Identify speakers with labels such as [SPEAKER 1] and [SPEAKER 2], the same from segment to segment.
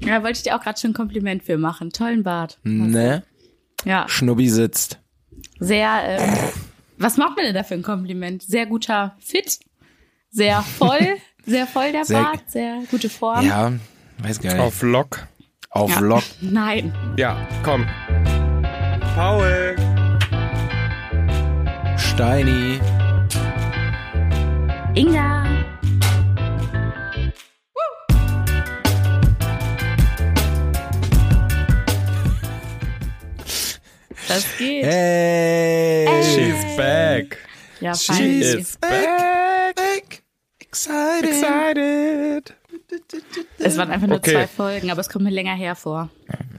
[SPEAKER 1] Ja, wollte ich dir auch gerade schon ein Kompliment für machen. Tollen Bart.
[SPEAKER 2] Ne?
[SPEAKER 1] Ja,
[SPEAKER 2] Schnubbi sitzt.
[SPEAKER 1] sehr. Ähm, was macht man denn da für ein Kompliment? Sehr guter Fit, sehr voll, sehr voll der
[SPEAKER 2] Sehr-
[SPEAKER 1] Bart, sehr gute Form.
[SPEAKER 2] Ja, weiß gar nicht. Auf,
[SPEAKER 3] Auf Lock.
[SPEAKER 1] Ja.
[SPEAKER 2] Lock.
[SPEAKER 1] Nein.
[SPEAKER 3] Ja, komm. Paul.
[SPEAKER 2] Steini.
[SPEAKER 1] Inga. Das geht.
[SPEAKER 2] Hey.
[SPEAKER 3] She's back.
[SPEAKER 1] ja, fein.
[SPEAKER 3] She is back.
[SPEAKER 2] back. Excited.
[SPEAKER 3] Excited.
[SPEAKER 1] Es waren einfach nur
[SPEAKER 3] Okay.
[SPEAKER 1] zwei Folgen, aber es kommt mir länger her vor.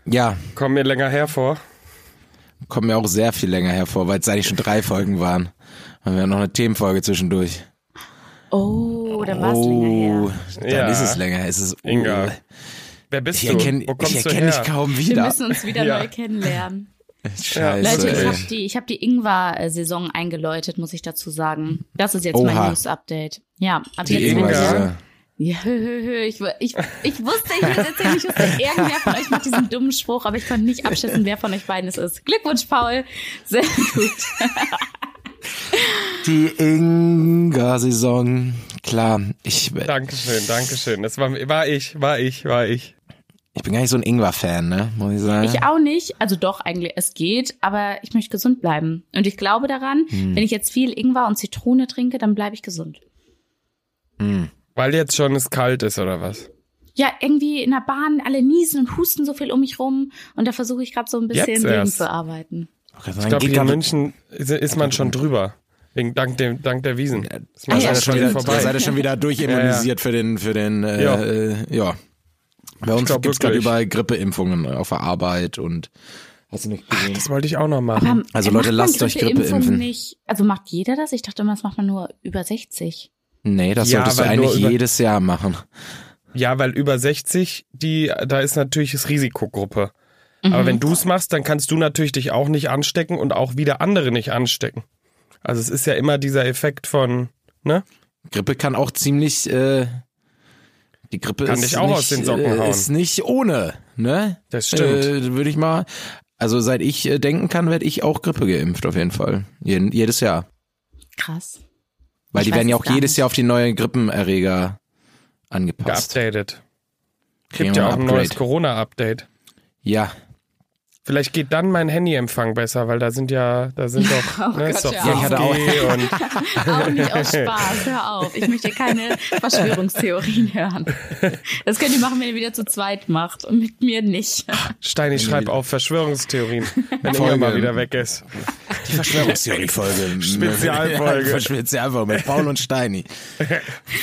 [SPEAKER 2] Ja,
[SPEAKER 3] Komm mir länger hervor.
[SPEAKER 2] kommt mir auch sehr viel länger hervor, weil es eigentlich schon drei Folgen waren. Und wir haben noch eine Themenfolge zwischendurch.
[SPEAKER 1] Oh, dann war es länger
[SPEAKER 2] Oh,
[SPEAKER 1] her.
[SPEAKER 2] dann
[SPEAKER 3] Ja.
[SPEAKER 2] ist es länger. Es ist, oh,
[SPEAKER 3] Inga. Wer bist
[SPEAKER 2] Ich
[SPEAKER 3] du?
[SPEAKER 2] erkenne
[SPEAKER 3] Wo kommst
[SPEAKER 2] ich
[SPEAKER 3] du
[SPEAKER 2] erkenne
[SPEAKER 3] her?
[SPEAKER 2] dich kaum
[SPEAKER 1] Wir
[SPEAKER 2] wieder.
[SPEAKER 1] müssen uns wieder
[SPEAKER 3] Ja.
[SPEAKER 1] neu kennenlernen.
[SPEAKER 2] Scheiße.
[SPEAKER 1] Leute, ich
[SPEAKER 2] ey.
[SPEAKER 1] habe die, ich hab die Ingwer-Saison eingeläutet, muss ich dazu sagen. Das ist jetzt mein
[SPEAKER 2] Oha.
[SPEAKER 1] News-Update. Ja, ab
[SPEAKER 2] die
[SPEAKER 1] jetzt bin ich-
[SPEAKER 2] Ingwer.
[SPEAKER 1] Ja, hö, hö, hö. Ich, wu- ich, ich wusste, ich will es erzählen, ich wusste, irgendwer von euch macht diesen dummen Spruch, aber ich konnte nicht abschätzen, wer von euch beiden es ist. Glückwunsch, Paul. Sehr gut.
[SPEAKER 2] Die Inga-Saison. Klar, ich,
[SPEAKER 3] Dankeschön, Dankeschön. Das war, war ich, war ich, war ich.
[SPEAKER 2] ich bin gar nicht so ein Ingwer-Fan, ne? Muss ich sagen.
[SPEAKER 1] Ich auch nicht. Also doch, eigentlich, es geht, aber ich möchte gesund bleiben. Und ich glaube daran,
[SPEAKER 2] Hm.
[SPEAKER 1] wenn ich jetzt viel Ingwer und Zitrone trinke, dann bleibe ich gesund.
[SPEAKER 3] Weil jetzt schon es kalt ist, oder was?
[SPEAKER 1] Ja, irgendwie in der Bahn, alle niesen und husten so viel um mich rum. Und da versuche ich gerade so ein bisschen
[SPEAKER 3] Jetzt
[SPEAKER 1] gegen
[SPEAKER 3] erst.
[SPEAKER 1] zu arbeiten.
[SPEAKER 3] Ich glaube, hier in München ist, ist man schon drüber. Wegen, dank, dem, dank der Wiesen. Ist man
[SPEAKER 1] Ah, ja,
[SPEAKER 2] Da seid ihr schon
[SPEAKER 3] schon
[SPEAKER 1] stimmt.
[SPEAKER 3] wieder
[SPEAKER 2] wieder,
[SPEAKER 3] vorbei.
[SPEAKER 2] da seid ihr schon wieder durchimmunisiert für den, für den, äh,
[SPEAKER 3] Ja.
[SPEAKER 2] ja. Äh, ja. Bei uns
[SPEAKER 3] glaub
[SPEAKER 2] gibt's gerade
[SPEAKER 3] wirklich.
[SPEAKER 2] überall Grippeimpfungen auf der Arbeit und hast du nicht gesehen?
[SPEAKER 3] Das wollte ich auch noch machen.
[SPEAKER 2] Also,
[SPEAKER 1] Äh,
[SPEAKER 2] Leute,
[SPEAKER 1] macht man
[SPEAKER 2] lasst euch Grippe
[SPEAKER 1] Grippeimpfung
[SPEAKER 2] impfen.
[SPEAKER 1] Nicht, also macht jeder das? Ich dachte immer, das macht man nur über 60.
[SPEAKER 2] nee, das
[SPEAKER 3] Ja,
[SPEAKER 2] solltest du
[SPEAKER 3] weil nur
[SPEAKER 2] eigentlich
[SPEAKER 3] über-
[SPEAKER 2] jedes Jahr machen.
[SPEAKER 3] Ja, weil über 60, die, da ist natürlich das Risikogruppe.
[SPEAKER 1] Mhm.
[SPEAKER 3] Aber
[SPEAKER 2] Mhm.
[SPEAKER 3] wenn du es machst, dann kannst du natürlich dich auch nicht anstecken und auch wieder andere nicht anstecken. Also es ist ja immer dieser Effekt von, ne?
[SPEAKER 2] Grippe kann auch ziemlich, äh, die Grippe
[SPEAKER 3] Kann
[SPEAKER 2] ist,
[SPEAKER 3] dich auch
[SPEAKER 2] nicht,
[SPEAKER 3] aus den Socken hauen.
[SPEAKER 2] äh, ist nicht ohne, ne?
[SPEAKER 3] Das stimmt.
[SPEAKER 2] Äh, Würde ich mal, also seit ich äh, denken kann, werde ich auch Grippe geimpft auf jeden Fall. Jeden, jedes Jahr.
[SPEAKER 1] Krass.
[SPEAKER 2] Weil
[SPEAKER 1] Ich
[SPEAKER 2] die
[SPEAKER 1] weiß
[SPEAKER 2] werden ja
[SPEAKER 1] es
[SPEAKER 2] auch
[SPEAKER 1] gar
[SPEAKER 2] jedes
[SPEAKER 1] nicht.
[SPEAKER 2] Jahr auf die neuen Grippenerreger angepasst.
[SPEAKER 3] Geupdatet.
[SPEAKER 2] Kriegen
[SPEAKER 3] Gibt ja
[SPEAKER 2] wir
[SPEAKER 3] auch ein
[SPEAKER 2] Upgrade.
[SPEAKER 3] neues Corona-Update.
[SPEAKER 2] Ja.
[SPEAKER 3] Vielleicht geht dann mein Handyempfang besser, weil da sind ja, da sind doch,
[SPEAKER 1] Oh
[SPEAKER 3] ne, ist
[SPEAKER 1] Gott,
[SPEAKER 3] doch
[SPEAKER 1] ja.
[SPEAKER 2] Ja, ich hatte auch-
[SPEAKER 3] 5G und
[SPEAKER 1] Auch nicht aus Spaß, hör auf. Ich möchte keine Verschwörungstheorien hören. Das könnt ihr machen, wenn ihr wieder zu zweit macht und mit mir nicht.
[SPEAKER 3] Steini, schreib auf Verschwörungstheorien, wenn Inga
[SPEAKER 2] Folge.
[SPEAKER 3] mal wieder weg ist.
[SPEAKER 2] Die Verschwörungstheorie-Folge.
[SPEAKER 3] Spezialfolge.
[SPEAKER 2] Ja, Spezialfolge mit Paul und Steini.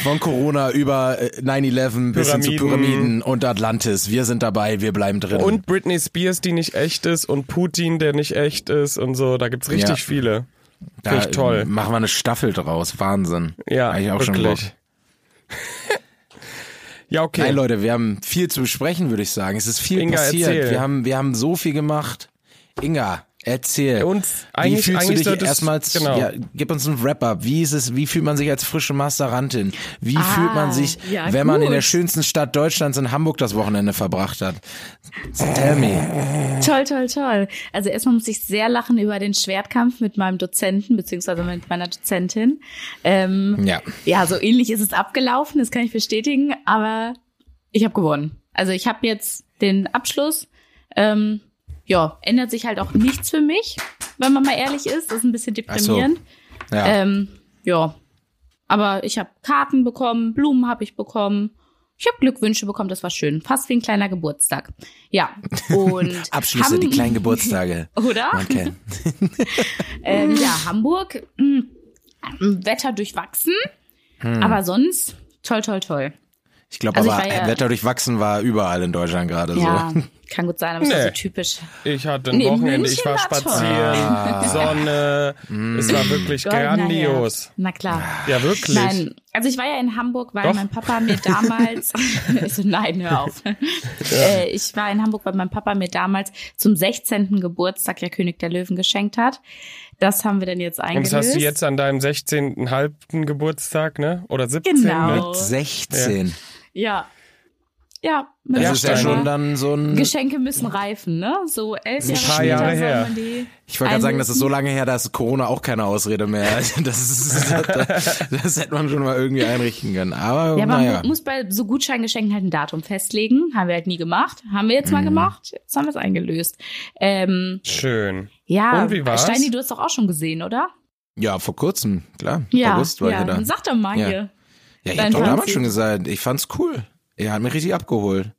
[SPEAKER 2] Von Corona über äh, 9-11 bis hin zu
[SPEAKER 3] Pyramiden.
[SPEAKER 2] Pyramiden und Atlantis. Wir sind dabei, wir bleiben drin.
[SPEAKER 3] Und Britney Spears, die nicht echt ist und Putin, der nicht echt ist und so. Da gibt's richtig
[SPEAKER 2] Ja.
[SPEAKER 3] viele.
[SPEAKER 2] da
[SPEAKER 3] Finde ich toll.
[SPEAKER 2] äh, machen wir eine Staffel draus. Wahnsinn.
[SPEAKER 3] Ja,
[SPEAKER 2] Hab ich auch schon Bock.
[SPEAKER 3] wirklich. Ja, okay.
[SPEAKER 2] Nein, Leute, wir haben viel zu besprechen, würde ich sagen. Es ist viel
[SPEAKER 3] Inga,
[SPEAKER 2] passiert.
[SPEAKER 3] erzähl.
[SPEAKER 2] Wir haben, wir haben so viel gemacht. Inga, erzähl.
[SPEAKER 3] Uns- eigentlich-
[SPEAKER 2] wie fühlst
[SPEAKER 3] eigentlich
[SPEAKER 2] du dich
[SPEAKER 3] solltest-
[SPEAKER 2] erstmals?
[SPEAKER 3] genau.
[SPEAKER 2] Ja, gib uns einen Wrap-up. Wie ist es? Wie fühlt man sich als frische Masterantin? Wie fühlt man sich,
[SPEAKER 1] Ah, ja,
[SPEAKER 2] wenn man in
[SPEAKER 1] gut.
[SPEAKER 2] der schönsten Stadt Deutschlands in Hamburg das Wochenende verbracht hat? Tell me.
[SPEAKER 1] Toll, toll, toll. Also erstmal muss ich sehr lachen über den Schwertkampf mit meinem Dozenten, beziehungsweise mit meiner Dozentin. Ähm,
[SPEAKER 2] Ja.
[SPEAKER 1] Ja, so ähnlich ist es abgelaufen, das kann ich bestätigen, aber ich habe gewonnen. Also ich habe jetzt den Abschluss. Ähm, ja, ändert sich halt auch nichts für mich, wenn man mal ehrlich ist. Das ist ein bisschen
[SPEAKER 2] Ach so.
[SPEAKER 1] deprimierend.
[SPEAKER 2] Ja.
[SPEAKER 1] Ähm, ja. Aber ich habe Karten bekommen, Blumen habe ich bekommen. Ich habe Glückwünsche bekommen, das war schön. Fast wie ein kleiner Geburtstag. Ja. Und
[SPEAKER 2] Abschlüsse,
[SPEAKER 1] haben-
[SPEAKER 2] die kleinen Geburtstage.
[SPEAKER 1] Oder?
[SPEAKER 2] Okay.
[SPEAKER 3] Mhm.
[SPEAKER 1] Ähm, ja, Hamburg, mh, Wetter durchwachsen,
[SPEAKER 3] Hm.
[SPEAKER 1] aber sonst toll, toll, toll.
[SPEAKER 2] Ich glaube
[SPEAKER 1] Also ich
[SPEAKER 2] aber,
[SPEAKER 1] war ja-
[SPEAKER 2] Wetter durchwachsen war überall in Deutschland gerade
[SPEAKER 1] Ja,
[SPEAKER 2] so.
[SPEAKER 1] kann gut sein, aber es war
[SPEAKER 3] Nee.
[SPEAKER 1] so typisch.
[SPEAKER 3] Ich hatte ein
[SPEAKER 1] Nee,
[SPEAKER 3] Wochenende, ich
[SPEAKER 1] München
[SPEAKER 3] war
[SPEAKER 1] war toll.
[SPEAKER 3] spazieren,
[SPEAKER 2] Ah.
[SPEAKER 3] Sonne.
[SPEAKER 2] Mm.
[SPEAKER 3] Es war wirklich
[SPEAKER 1] Goldener
[SPEAKER 3] grandios.
[SPEAKER 1] Herbst. Na klar.
[SPEAKER 3] Ja, wirklich.
[SPEAKER 1] Nein, also ich war ja in Hamburg, weil
[SPEAKER 3] Doch.
[SPEAKER 1] mein Papa mir damals, also nein, hör auf. Äh, Ich war in Hamburg, weil mein Papa mir damals zum 16. Geburtstag ja König der Löwen geschenkt hat. Das haben wir dann jetzt
[SPEAKER 3] Und das
[SPEAKER 1] eingelöst.
[SPEAKER 3] hast du jetzt an deinem 16. ne? halben Geburtstag, ne? Oder 17.
[SPEAKER 1] Genau.
[SPEAKER 3] Ne?
[SPEAKER 2] Mit 16.
[SPEAKER 1] Ja. ja, mit
[SPEAKER 2] Das
[SPEAKER 3] Ja,
[SPEAKER 2] ist ja
[SPEAKER 3] Steiner.
[SPEAKER 2] schon dann so ein.
[SPEAKER 1] Geschenke müssen reifen, ne? So elf Jahre,
[SPEAKER 3] Mhm. paar Jahre
[SPEAKER 1] später
[SPEAKER 3] her.
[SPEAKER 1] soll man die.
[SPEAKER 2] Ich wollte gerade sagen, das
[SPEAKER 1] einlösen.
[SPEAKER 2] ist so lange her, dass Corona auch keine Ausrede mehr hat. Das, ist, das, das hätte man schon mal irgendwie einrichten können.
[SPEAKER 3] Oh,
[SPEAKER 2] Aber
[SPEAKER 1] Ja, aber man
[SPEAKER 2] naja.
[SPEAKER 1] mu- muss bei so Gutscheingeschenken halt ein Datum festlegen. Haben wir halt nie gemacht. Haben wir jetzt
[SPEAKER 3] Mhm.
[SPEAKER 1] mal gemacht. Jetzt haben wir es eingelöst. Ähm,
[SPEAKER 3] Schön.
[SPEAKER 1] ja,
[SPEAKER 3] Und wie war's?
[SPEAKER 1] Steini, du hast doch auch schon gesehen, oder?
[SPEAKER 2] Ja, vor kurzem, klar.
[SPEAKER 1] Ja,
[SPEAKER 2] August war
[SPEAKER 1] ja.
[SPEAKER 2] ich da.
[SPEAKER 1] Sag doch mal
[SPEAKER 2] Ja.
[SPEAKER 1] hier.
[SPEAKER 2] Ja, ich
[SPEAKER 1] dein
[SPEAKER 2] hab doch damals
[SPEAKER 1] Fazit.
[SPEAKER 2] schon gesagt, ich fand's cool. Er hat mich richtig abgeholt.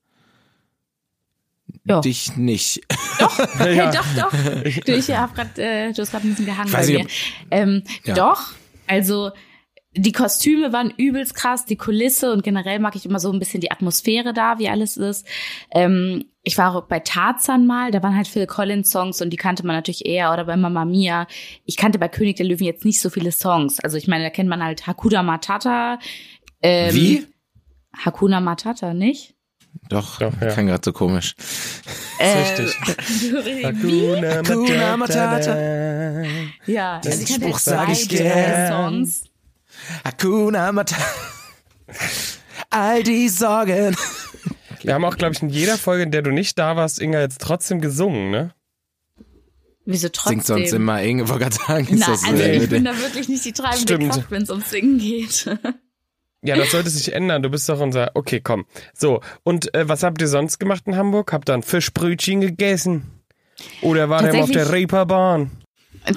[SPEAKER 1] Ja.
[SPEAKER 2] Dich nicht.
[SPEAKER 3] Ja.
[SPEAKER 1] Hey, doch, doch. Du, ich hab grad, äh, du hast gerade ein bisschen gehangen
[SPEAKER 2] Weiß
[SPEAKER 1] bei
[SPEAKER 2] ich,
[SPEAKER 1] mir. Ähm,
[SPEAKER 2] Ja.
[SPEAKER 1] Doch, also die Kostüme waren übelst krass, die Kulisse und generell mag ich immer so ein bisschen die Atmosphäre da, wie alles ist. Ähm, ich war auch bei Tarzan mal, da waren halt Phil Collins Songs und die kannte man natürlich eher oder bei Mamma Mia. Ich kannte bei König der Löwen jetzt nicht so viele Songs. Also ich meine, da kennt man halt Hakuna Matata. Ähm,
[SPEAKER 2] Wie?
[SPEAKER 1] Hakuna Matata, nicht?
[SPEAKER 2] Doch,
[SPEAKER 3] Doch, ja.
[SPEAKER 2] klang gerade so komisch.
[SPEAKER 3] Ist
[SPEAKER 1] Äh, Wie?
[SPEAKER 3] Hakuna
[SPEAKER 2] Hakuna
[SPEAKER 3] Matata.
[SPEAKER 1] Ja, also ich
[SPEAKER 2] Diesen
[SPEAKER 1] kannte
[SPEAKER 2] Spruch
[SPEAKER 1] jetzt
[SPEAKER 2] sag
[SPEAKER 1] drei,
[SPEAKER 2] ich
[SPEAKER 1] drei
[SPEAKER 2] gern.
[SPEAKER 1] Songs.
[SPEAKER 2] Hakuna Matata. All die Sorgen.
[SPEAKER 3] Wir haben auch, glaube ich, in jeder Folge, in der du nicht da warst, Inga, jetzt trotzdem gesungen, ne?
[SPEAKER 1] Wieso trotzdem?
[SPEAKER 2] Singt sonst immer Inge, wollte gerade sagen, ist
[SPEAKER 1] Na,
[SPEAKER 2] das
[SPEAKER 1] also
[SPEAKER 2] äh,
[SPEAKER 1] ich bin da wirklich nicht die treibende
[SPEAKER 3] Stimmt.
[SPEAKER 1] Kraft, wenn es ums Singen geht.
[SPEAKER 3] Ja, das sollte sich ändern. Du bist doch unser. Okay, komm. So, und äh, was habt ihr sonst gemacht in Hamburg? Habt ihr ein Fischbrötchen gegessen? Oder war der auf
[SPEAKER 1] Tatsächlich-
[SPEAKER 3] der Reeperbahn?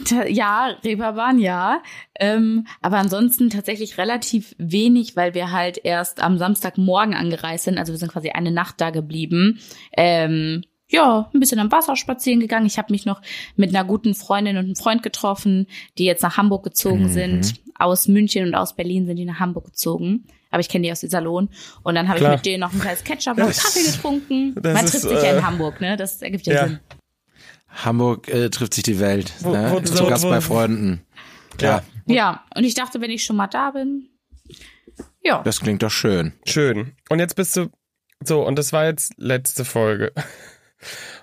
[SPEAKER 1] Ta- Ja, Reeperbahn, ja. Ähm, aber ansonsten tatsächlich relativ wenig, weil wir halt erst am Samstagmorgen angereist sind. Also wir sind quasi eine Nacht da geblieben. Ähm, ja, ein bisschen am Wasser spazieren gegangen. Ich habe mich noch mit einer guten Freundin und einem Freund getroffen, die jetzt nach Hamburg gezogen
[SPEAKER 3] Mhm.
[SPEAKER 1] sind. Aus München und aus Berlin sind die nach Hamburg gezogen. Aber ich kenne die aus Iserlohn. Und dann habe ich
[SPEAKER 3] Klar.
[SPEAKER 1] mit denen noch ein kleines Ketchup und einen
[SPEAKER 3] Das-
[SPEAKER 1] Kaffee getrunken.
[SPEAKER 3] das
[SPEAKER 1] Man
[SPEAKER 3] ist,
[SPEAKER 1] trifft sich ja
[SPEAKER 3] äh,
[SPEAKER 1] in Hamburg, ne? Das ergibt ja,
[SPEAKER 3] ja.
[SPEAKER 1] Sinn.
[SPEAKER 2] Hamburg äh, trifft sich die Welt.
[SPEAKER 3] Wo-
[SPEAKER 2] ne?
[SPEAKER 3] wo-
[SPEAKER 2] Zu
[SPEAKER 3] wo-
[SPEAKER 2] Gast
[SPEAKER 3] wo-
[SPEAKER 2] bei Freunden.
[SPEAKER 3] Ja.
[SPEAKER 2] Ja,
[SPEAKER 1] Ja, und ich dachte, wenn ich schon mal da bin, ja.
[SPEAKER 2] das klingt doch schön.
[SPEAKER 3] Schön. Und jetzt bist du. So, und das war jetzt letzte Folge.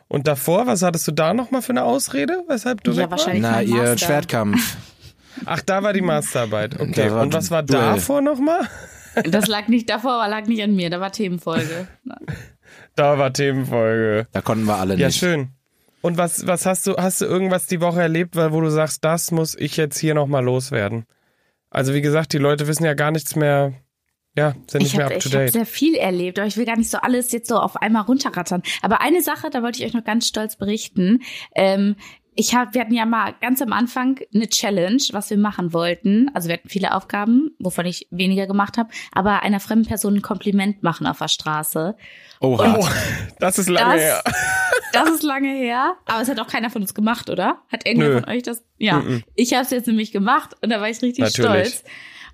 [SPEAKER 3] Und davor, was hattest du da nochmal für eine Ausrede? Weshalb du
[SPEAKER 1] Ja,
[SPEAKER 3] weg warst?
[SPEAKER 1] wahrscheinlich- Ich
[SPEAKER 2] Na,
[SPEAKER 1] mein
[SPEAKER 2] ihr
[SPEAKER 1] Master.
[SPEAKER 2] Schwertkampf.
[SPEAKER 3] Ach, da war die Masterarbeit. Okay.
[SPEAKER 2] Da war
[SPEAKER 3] Und was war
[SPEAKER 2] Duell.
[SPEAKER 3] davor nochmal?
[SPEAKER 1] Das lag nicht davor, aber lag nicht an mir. Da war Themenfolge.
[SPEAKER 3] Da war Themenfolge.
[SPEAKER 2] Da konnten wir alle
[SPEAKER 3] Ja,
[SPEAKER 2] nicht.
[SPEAKER 3] schön. Und was, was hast du, hast du irgendwas die Woche erlebt, weil wo du sagst, das muss ich jetzt hier nochmal loswerden? Also, wie gesagt, die Leute wissen ja gar nichts mehr, ja, sind nicht
[SPEAKER 1] Ich
[SPEAKER 3] mehr
[SPEAKER 1] habe
[SPEAKER 3] up to
[SPEAKER 1] hab
[SPEAKER 3] date.
[SPEAKER 1] sehr viel erlebt, aber ich will gar nicht so alles jetzt so auf einmal runterrattern. Aber eine Sache, da wollte ich euch noch ganz stolz berichten. Ähm, ich hab, wir hatten ja mal ganz am Anfang eine Challenge, was wir machen wollten. Also wir hatten viele Aufgaben, wovon ich weniger gemacht habe, aber einer fremden Person ein Kompliment machen auf der Straße.
[SPEAKER 2] Oha.
[SPEAKER 3] Oh, das ist lange her.
[SPEAKER 1] Das, das ist lange her, aber es hat auch keiner von uns gemacht, oder? Hat irgendwer
[SPEAKER 3] Nö.
[SPEAKER 1] von euch das? Ja,
[SPEAKER 3] Mhm.
[SPEAKER 1] ich habe es jetzt nämlich gemacht und da war ich richtig
[SPEAKER 3] Natürlich.
[SPEAKER 1] stolz.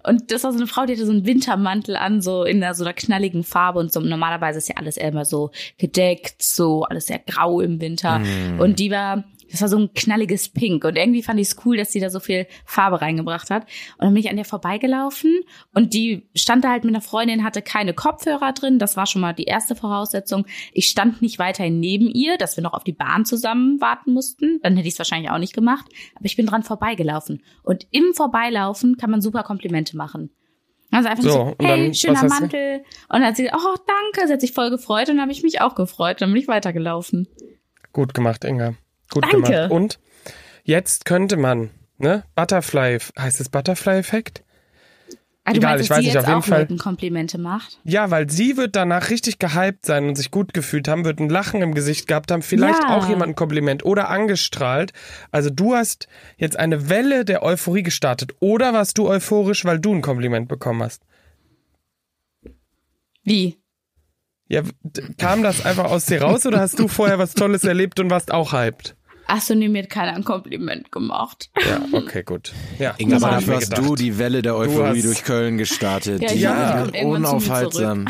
[SPEAKER 1] Und das war so eine Frau, die hatte so einen Wintermantel an, so in einer, so einer knalligen Farbe und so. Normalerweise ist ja alles eher immer so gedeckt, so alles sehr grau im Winter.
[SPEAKER 3] Mm.
[SPEAKER 1] Und die war, das war so ein knalliges Pink. Und irgendwie fand ich es cool, dass sie da so viel Farbe reingebracht hat. Und dann bin ich an der vorbeigelaufen und die stand da halt mit einer Freundin, hatte keine Kopfhörer drin. Das war schon mal die erste Voraussetzung. Ich stand nicht weiterhin neben ihr, dass wir noch auf die Bahn zusammen warten mussten. Dann hätte ich es wahrscheinlich auch nicht gemacht. Aber ich bin dran vorbeigelaufen. Und im Vorbeilaufen kann man super Komplimente machen. Also einfach
[SPEAKER 3] So,
[SPEAKER 1] so,
[SPEAKER 3] und
[SPEAKER 1] hey,
[SPEAKER 3] dann, was
[SPEAKER 1] schöner
[SPEAKER 3] hast du?
[SPEAKER 1] Mantel. Und dann hat sie gesagt, oh, danke. Sie hat sich voll gefreut und dann habe ich mich auch gefreut. Dann bin ich weitergelaufen.
[SPEAKER 3] Gut gemacht, Inga. Gut
[SPEAKER 1] Danke.
[SPEAKER 3] gemacht. Und jetzt könnte man, ne? Butterfly, heißt es Butterfly-Effekt?
[SPEAKER 1] Ah, du
[SPEAKER 3] Egal,
[SPEAKER 1] meinst,
[SPEAKER 3] ich
[SPEAKER 1] dass
[SPEAKER 3] weiß
[SPEAKER 1] sie
[SPEAKER 3] nicht,
[SPEAKER 1] jetzt
[SPEAKER 3] auf jeden
[SPEAKER 1] auch
[SPEAKER 3] Fall-
[SPEAKER 1] Leuten Komplimente macht?
[SPEAKER 3] Ja, weil sie wird danach richtig gehypt sein und sich gut gefühlt haben, wird ein Lachen im Gesicht gehabt haben, vielleicht
[SPEAKER 1] Ja.
[SPEAKER 3] auch jemand ein Kompliment oder angestrahlt. Also du hast jetzt eine Welle der Euphorie gestartet. Oder warst du euphorisch, weil du ein Kompliment bekommen hast?
[SPEAKER 1] Wie?
[SPEAKER 3] Ja, d- kam das einfach aus dir raus oder hast du vorher was Tolles erlebt und warst auch hyped?
[SPEAKER 1] Ach so, nee, mir hat keiner ein Kompliment gemacht.
[SPEAKER 3] Ja, okay, gut. Ja,
[SPEAKER 2] Inga,
[SPEAKER 3] das hab
[SPEAKER 2] aber
[SPEAKER 3] ich mir
[SPEAKER 2] dafür hast
[SPEAKER 3] gedacht.
[SPEAKER 2] du die Welle der Euphorie
[SPEAKER 3] hast-
[SPEAKER 2] durch Köln gestartet.
[SPEAKER 1] Ja, ich
[SPEAKER 2] die
[SPEAKER 3] hoffe, die
[SPEAKER 1] kommt irgendwann zu mir
[SPEAKER 2] unaufhaltsam.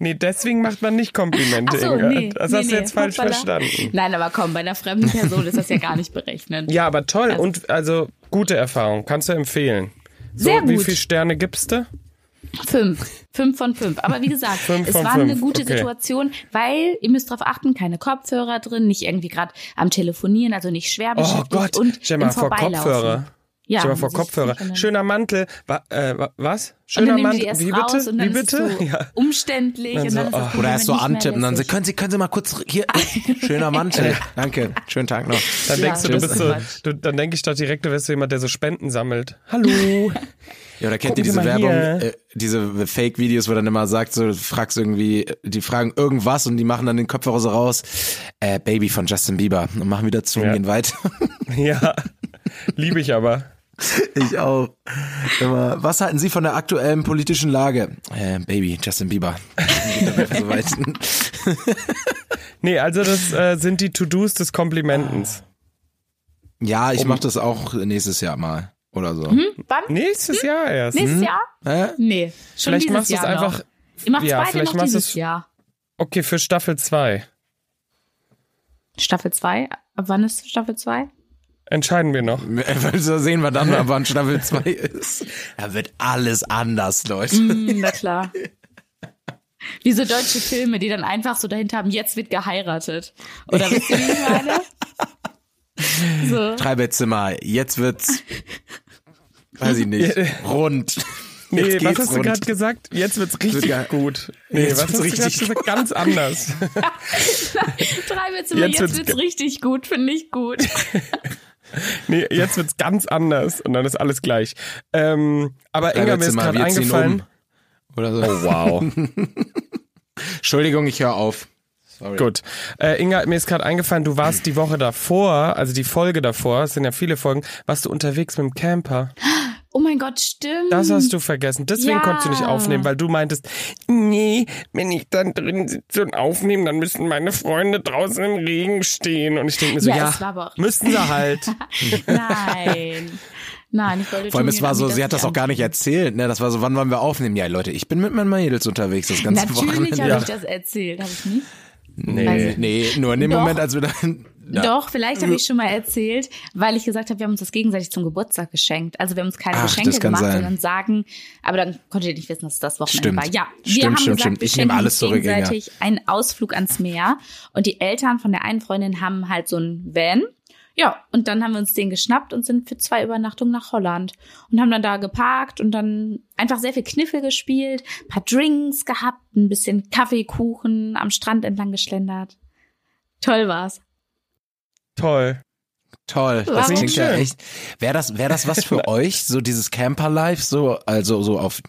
[SPEAKER 3] Nee, deswegen macht man nicht Komplimente,
[SPEAKER 1] Ach so,
[SPEAKER 3] Inga.
[SPEAKER 1] nee,
[SPEAKER 3] das
[SPEAKER 1] nee,
[SPEAKER 3] hast du
[SPEAKER 1] nee,
[SPEAKER 3] jetzt falsch
[SPEAKER 1] hoppala.
[SPEAKER 3] verstanden.
[SPEAKER 1] Nein, aber komm, bei einer fremden Person ist das ja gar nicht berechnet.
[SPEAKER 3] Ja, aber toll und also gute Erfahrung. Kannst du empfehlen. So,
[SPEAKER 1] Sehr
[SPEAKER 3] wie
[SPEAKER 1] gut.
[SPEAKER 3] viele Sterne gibst du?
[SPEAKER 1] Fünf. Fünf von fünf. Aber wie gesagt,
[SPEAKER 3] Fünf
[SPEAKER 1] es
[SPEAKER 3] von
[SPEAKER 1] war eine
[SPEAKER 3] fünf,
[SPEAKER 1] gute
[SPEAKER 3] okay.
[SPEAKER 1] Situation, weil ihr müsst darauf achten, keine Kopfhörer drin, nicht irgendwie gerade am Telefonieren, also nicht schwer
[SPEAKER 3] Oh
[SPEAKER 1] beschäftigt
[SPEAKER 3] Gott,
[SPEAKER 1] und
[SPEAKER 3] stell mal
[SPEAKER 1] im
[SPEAKER 3] vor,
[SPEAKER 1] Vorbeilaufen.
[SPEAKER 3] Kopfhörer.
[SPEAKER 1] Ja, also
[SPEAKER 3] Stell mal vor,
[SPEAKER 1] das ist
[SPEAKER 3] Kopfhörer.
[SPEAKER 1] schon-
[SPEAKER 3] Schöner Mantel. Wa äh, wa was?
[SPEAKER 1] Und dann nehmen
[SPEAKER 3] Schöner
[SPEAKER 1] die
[SPEAKER 3] Mantel.
[SPEAKER 1] erst
[SPEAKER 3] Wie
[SPEAKER 1] raus
[SPEAKER 3] bitte?
[SPEAKER 1] und
[SPEAKER 3] Wie
[SPEAKER 1] dann
[SPEAKER 3] bitte?
[SPEAKER 1] ist es so
[SPEAKER 3] Ja.
[SPEAKER 1] umständlich.
[SPEAKER 3] Dann
[SPEAKER 1] und dann
[SPEAKER 3] so,
[SPEAKER 1] ist das
[SPEAKER 3] oh.
[SPEAKER 1] Problem
[SPEAKER 2] Oder erst so
[SPEAKER 1] nicht mehr Ah.
[SPEAKER 2] antippen, dann so,
[SPEAKER 1] lässig.
[SPEAKER 2] können Sie, können Sie mal kurz, hier, schöner Mantel, danke, schönen Tag noch.
[SPEAKER 3] Dann denkst
[SPEAKER 1] Ja,
[SPEAKER 3] du, du
[SPEAKER 1] das
[SPEAKER 3] bist
[SPEAKER 1] ist
[SPEAKER 3] so,
[SPEAKER 1] Quatsch.
[SPEAKER 3] du, dann denke ich doch direkt, du wärst so jemand, der so Spenden sammelt. Hallo.
[SPEAKER 2] Ja, oder kennt
[SPEAKER 3] Gucken
[SPEAKER 2] ihr diese
[SPEAKER 3] Sie mal
[SPEAKER 2] Werbung, äh,
[SPEAKER 3] hier.
[SPEAKER 2] diese Fake-Videos, wo dann immer sagt, so, fragst irgendwie, die fragen irgendwas und die machen dann den Kopfhörer so raus, äh, Baby von Justin Bieber und machen wieder zu und
[SPEAKER 3] Ja.
[SPEAKER 2] gehen weiter.
[SPEAKER 3] ja. Liebe ich aber.
[SPEAKER 2] Ich auch. Immer, was halten Sie von der aktuellen politischen Lage? Äh, Baby, Justin Bieber. so weit.
[SPEAKER 3] Nee, also das äh, sind die To-Dos des Komplimentens.
[SPEAKER 2] Ja, ich mach das auch nächstes Jahr mal oder so.
[SPEAKER 3] Mhm.
[SPEAKER 1] Wann?
[SPEAKER 2] Hm?
[SPEAKER 3] Nächstes Jahr erst.
[SPEAKER 1] Hm? Nächstes Jahr?
[SPEAKER 2] Äh?
[SPEAKER 1] Nee, schon
[SPEAKER 3] Vielleicht
[SPEAKER 1] dieses
[SPEAKER 3] machst du es
[SPEAKER 1] Jahr
[SPEAKER 3] einfach.
[SPEAKER 1] noch. Ihr macht
[SPEAKER 3] ja,
[SPEAKER 1] beide
[SPEAKER 3] vielleicht
[SPEAKER 1] noch
[SPEAKER 3] machst
[SPEAKER 1] dieses
[SPEAKER 3] du's-
[SPEAKER 1] Jahr.
[SPEAKER 3] Okay, für Staffel 2.
[SPEAKER 1] Staffel 2? Ab wann ist Staffel 2?
[SPEAKER 3] Entscheiden wir noch.
[SPEAKER 2] Äh, So sehen wir dann, mal, wann Staffel 2 ist. Da wird alles anders, Leute.
[SPEAKER 3] Mhm.
[SPEAKER 1] na klar. Wie so deutsche Filme, die dann einfach so dahinter haben, jetzt wird geheiratet. Oder wisst ihr, wie ich meine? So.
[SPEAKER 2] Dreibettzimmer, jetzt wird's, weiß ich nicht, rund.
[SPEAKER 3] Nee,
[SPEAKER 2] Jetzt
[SPEAKER 3] was
[SPEAKER 2] geht's
[SPEAKER 3] hast du
[SPEAKER 2] rund.
[SPEAKER 3] gerade gesagt? Jetzt wird's richtig
[SPEAKER 2] geil.
[SPEAKER 3] gut. Nee,
[SPEAKER 2] Jetzt
[SPEAKER 3] was
[SPEAKER 2] wird's
[SPEAKER 3] hast du
[SPEAKER 2] richtig
[SPEAKER 3] gerade gesagt? Ganz anders.
[SPEAKER 1] Drei Witze, jetzt,
[SPEAKER 3] Jetzt
[SPEAKER 1] jetzt
[SPEAKER 3] wird's
[SPEAKER 1] wird's richtig gut, finde ich gut.
[SPEAKER 3] Nee, jetzt wird's ganz anders und dann ist alles gleich. Ähm, aber Inga, mir ist
[SPEAKER 2] Dreibettzimmer,
[SPEAKER 3] gerade
[SPEAKER 2] wir ziehen
[SPEAKER 3] eingefallen.
[SPEAKER 2] um. Oder so.
[SPEAKER 3] Wow.
[SPEAKER 2] Entschuldigung, ich höre auf. Sorry.
[SPEAKER 3] Gut. Äh, Inga, mir ist gerade eingefallen, du warst die Woche davor, also die Folge davor, es sind ja viele Folgen, warst du unterwegs mit dem Camper.
[SPEAKER 1] Oh mein Gott, stimmt.
[SPEAKER 3] Das hast du vergessen.
[SPEAKER 1] Ja.
[SPEAKER 3] Deswegen konntest du nicht aufnehmen, weil du meintest, nee, wenn ich dann drin sitze und aufnehme, dann müssen meine Freunde draußen im Regen stehen. Und ich denke mir so,
[SPEAKER 1] Ja,
[SPEAKER 3] ja,
[SPEAKER 1] es war aber auch-
[SPEAKER 3] müssen sie halt.
[SPEAKER 1] Nein. Nein, ich wollte
[SPEAKER 2] Vor allem,
[SPEAKER 1] Tobi
[SPEAKER 2] es war
[SPEAKER 1] und
[SPEAKER 2] so,
[SPEAKER 1] Ami,
[SPEAKER 2] sie
[SPEAKER 1] dass
[SPEAKER 2] hat das
[SPEAKER 1] wir
[SPEAKER 2] auch gar nicht erzählt, ne? Das war so, wann wollen wir aufnehmen? Ja, Leute, ich bin mit meinen Mädels unterwegs das ganze
[SPEAKER 1] Natürlich habe
[SPEAKER 2] Wochenende.
[SPEAKER 1] ich das erzählt, habe ich nicht? Also
[SPEAKER 2] Nee, nee, nur in dem
[SPEAKER 1] Doch.
[SPEAKER 2] Moment, als wir dann. Ja.
[SPEAKER 1] Doch, vielleicht habe ich schon mal erzählt, weil ich gesagt habe, wir haben uns das gegenseitig zum Geburtstag geschenkt. Also wir haben uns keine
[SPEAKER 2] Ach, das
[SPEAKER 1] Geschenke
[SPEAKER 2] kann
[SPEAKER 1] gemacht,
[SPEAKER 2] sein.
[SPEAKER 1] sondern sagen, aber dann konntet ihr nicht wissen, dass es das Wochenende
[SPEAKER 2] Stimmt.
[SPEAKER 1] war. Ja, wir
[SPEAKER 2] Stimmt,
[SPEAKER 1] haben
[SPEAKER 2] stimmt,
[SPEAKER 1] gesagt,
[SPEAKER 2] stimmt.
[SPEAKER 1] wir
[SPEAKER 2] Ich nehme
[SPEAKER 1] schenken
[SPEAKER 2] alles
[SPEAKER 1] uns
[SPEAKER 2] zurück, Inga.
[SPEAKER 1] gegenseitig einen Ausflug ans Meer und die Eltern von der einen Freundin haben halt so einen Van. Ja, und dann haben wir uns den geschnappt und sind für zwei Übernachtungen nach Holland und haben dann da geparkt und dann einfach sehr viel Kniffel gespielt, ein paar Drinks gehabt, ein bisschen Kaffeekuchen am Strand entlang geschlendert. Toll war's.
[SPEAKER 3] Toll.
[SPEAKER 2] Toll. Das
[SPEAKER 1] Warum
[SPEAKER 2] klingt ja
[SPEAKER 3] schön?
[SPEAKER 2] echt. Wäre das, wäre das was für euch? So dieses Camper-Life, so, also so auf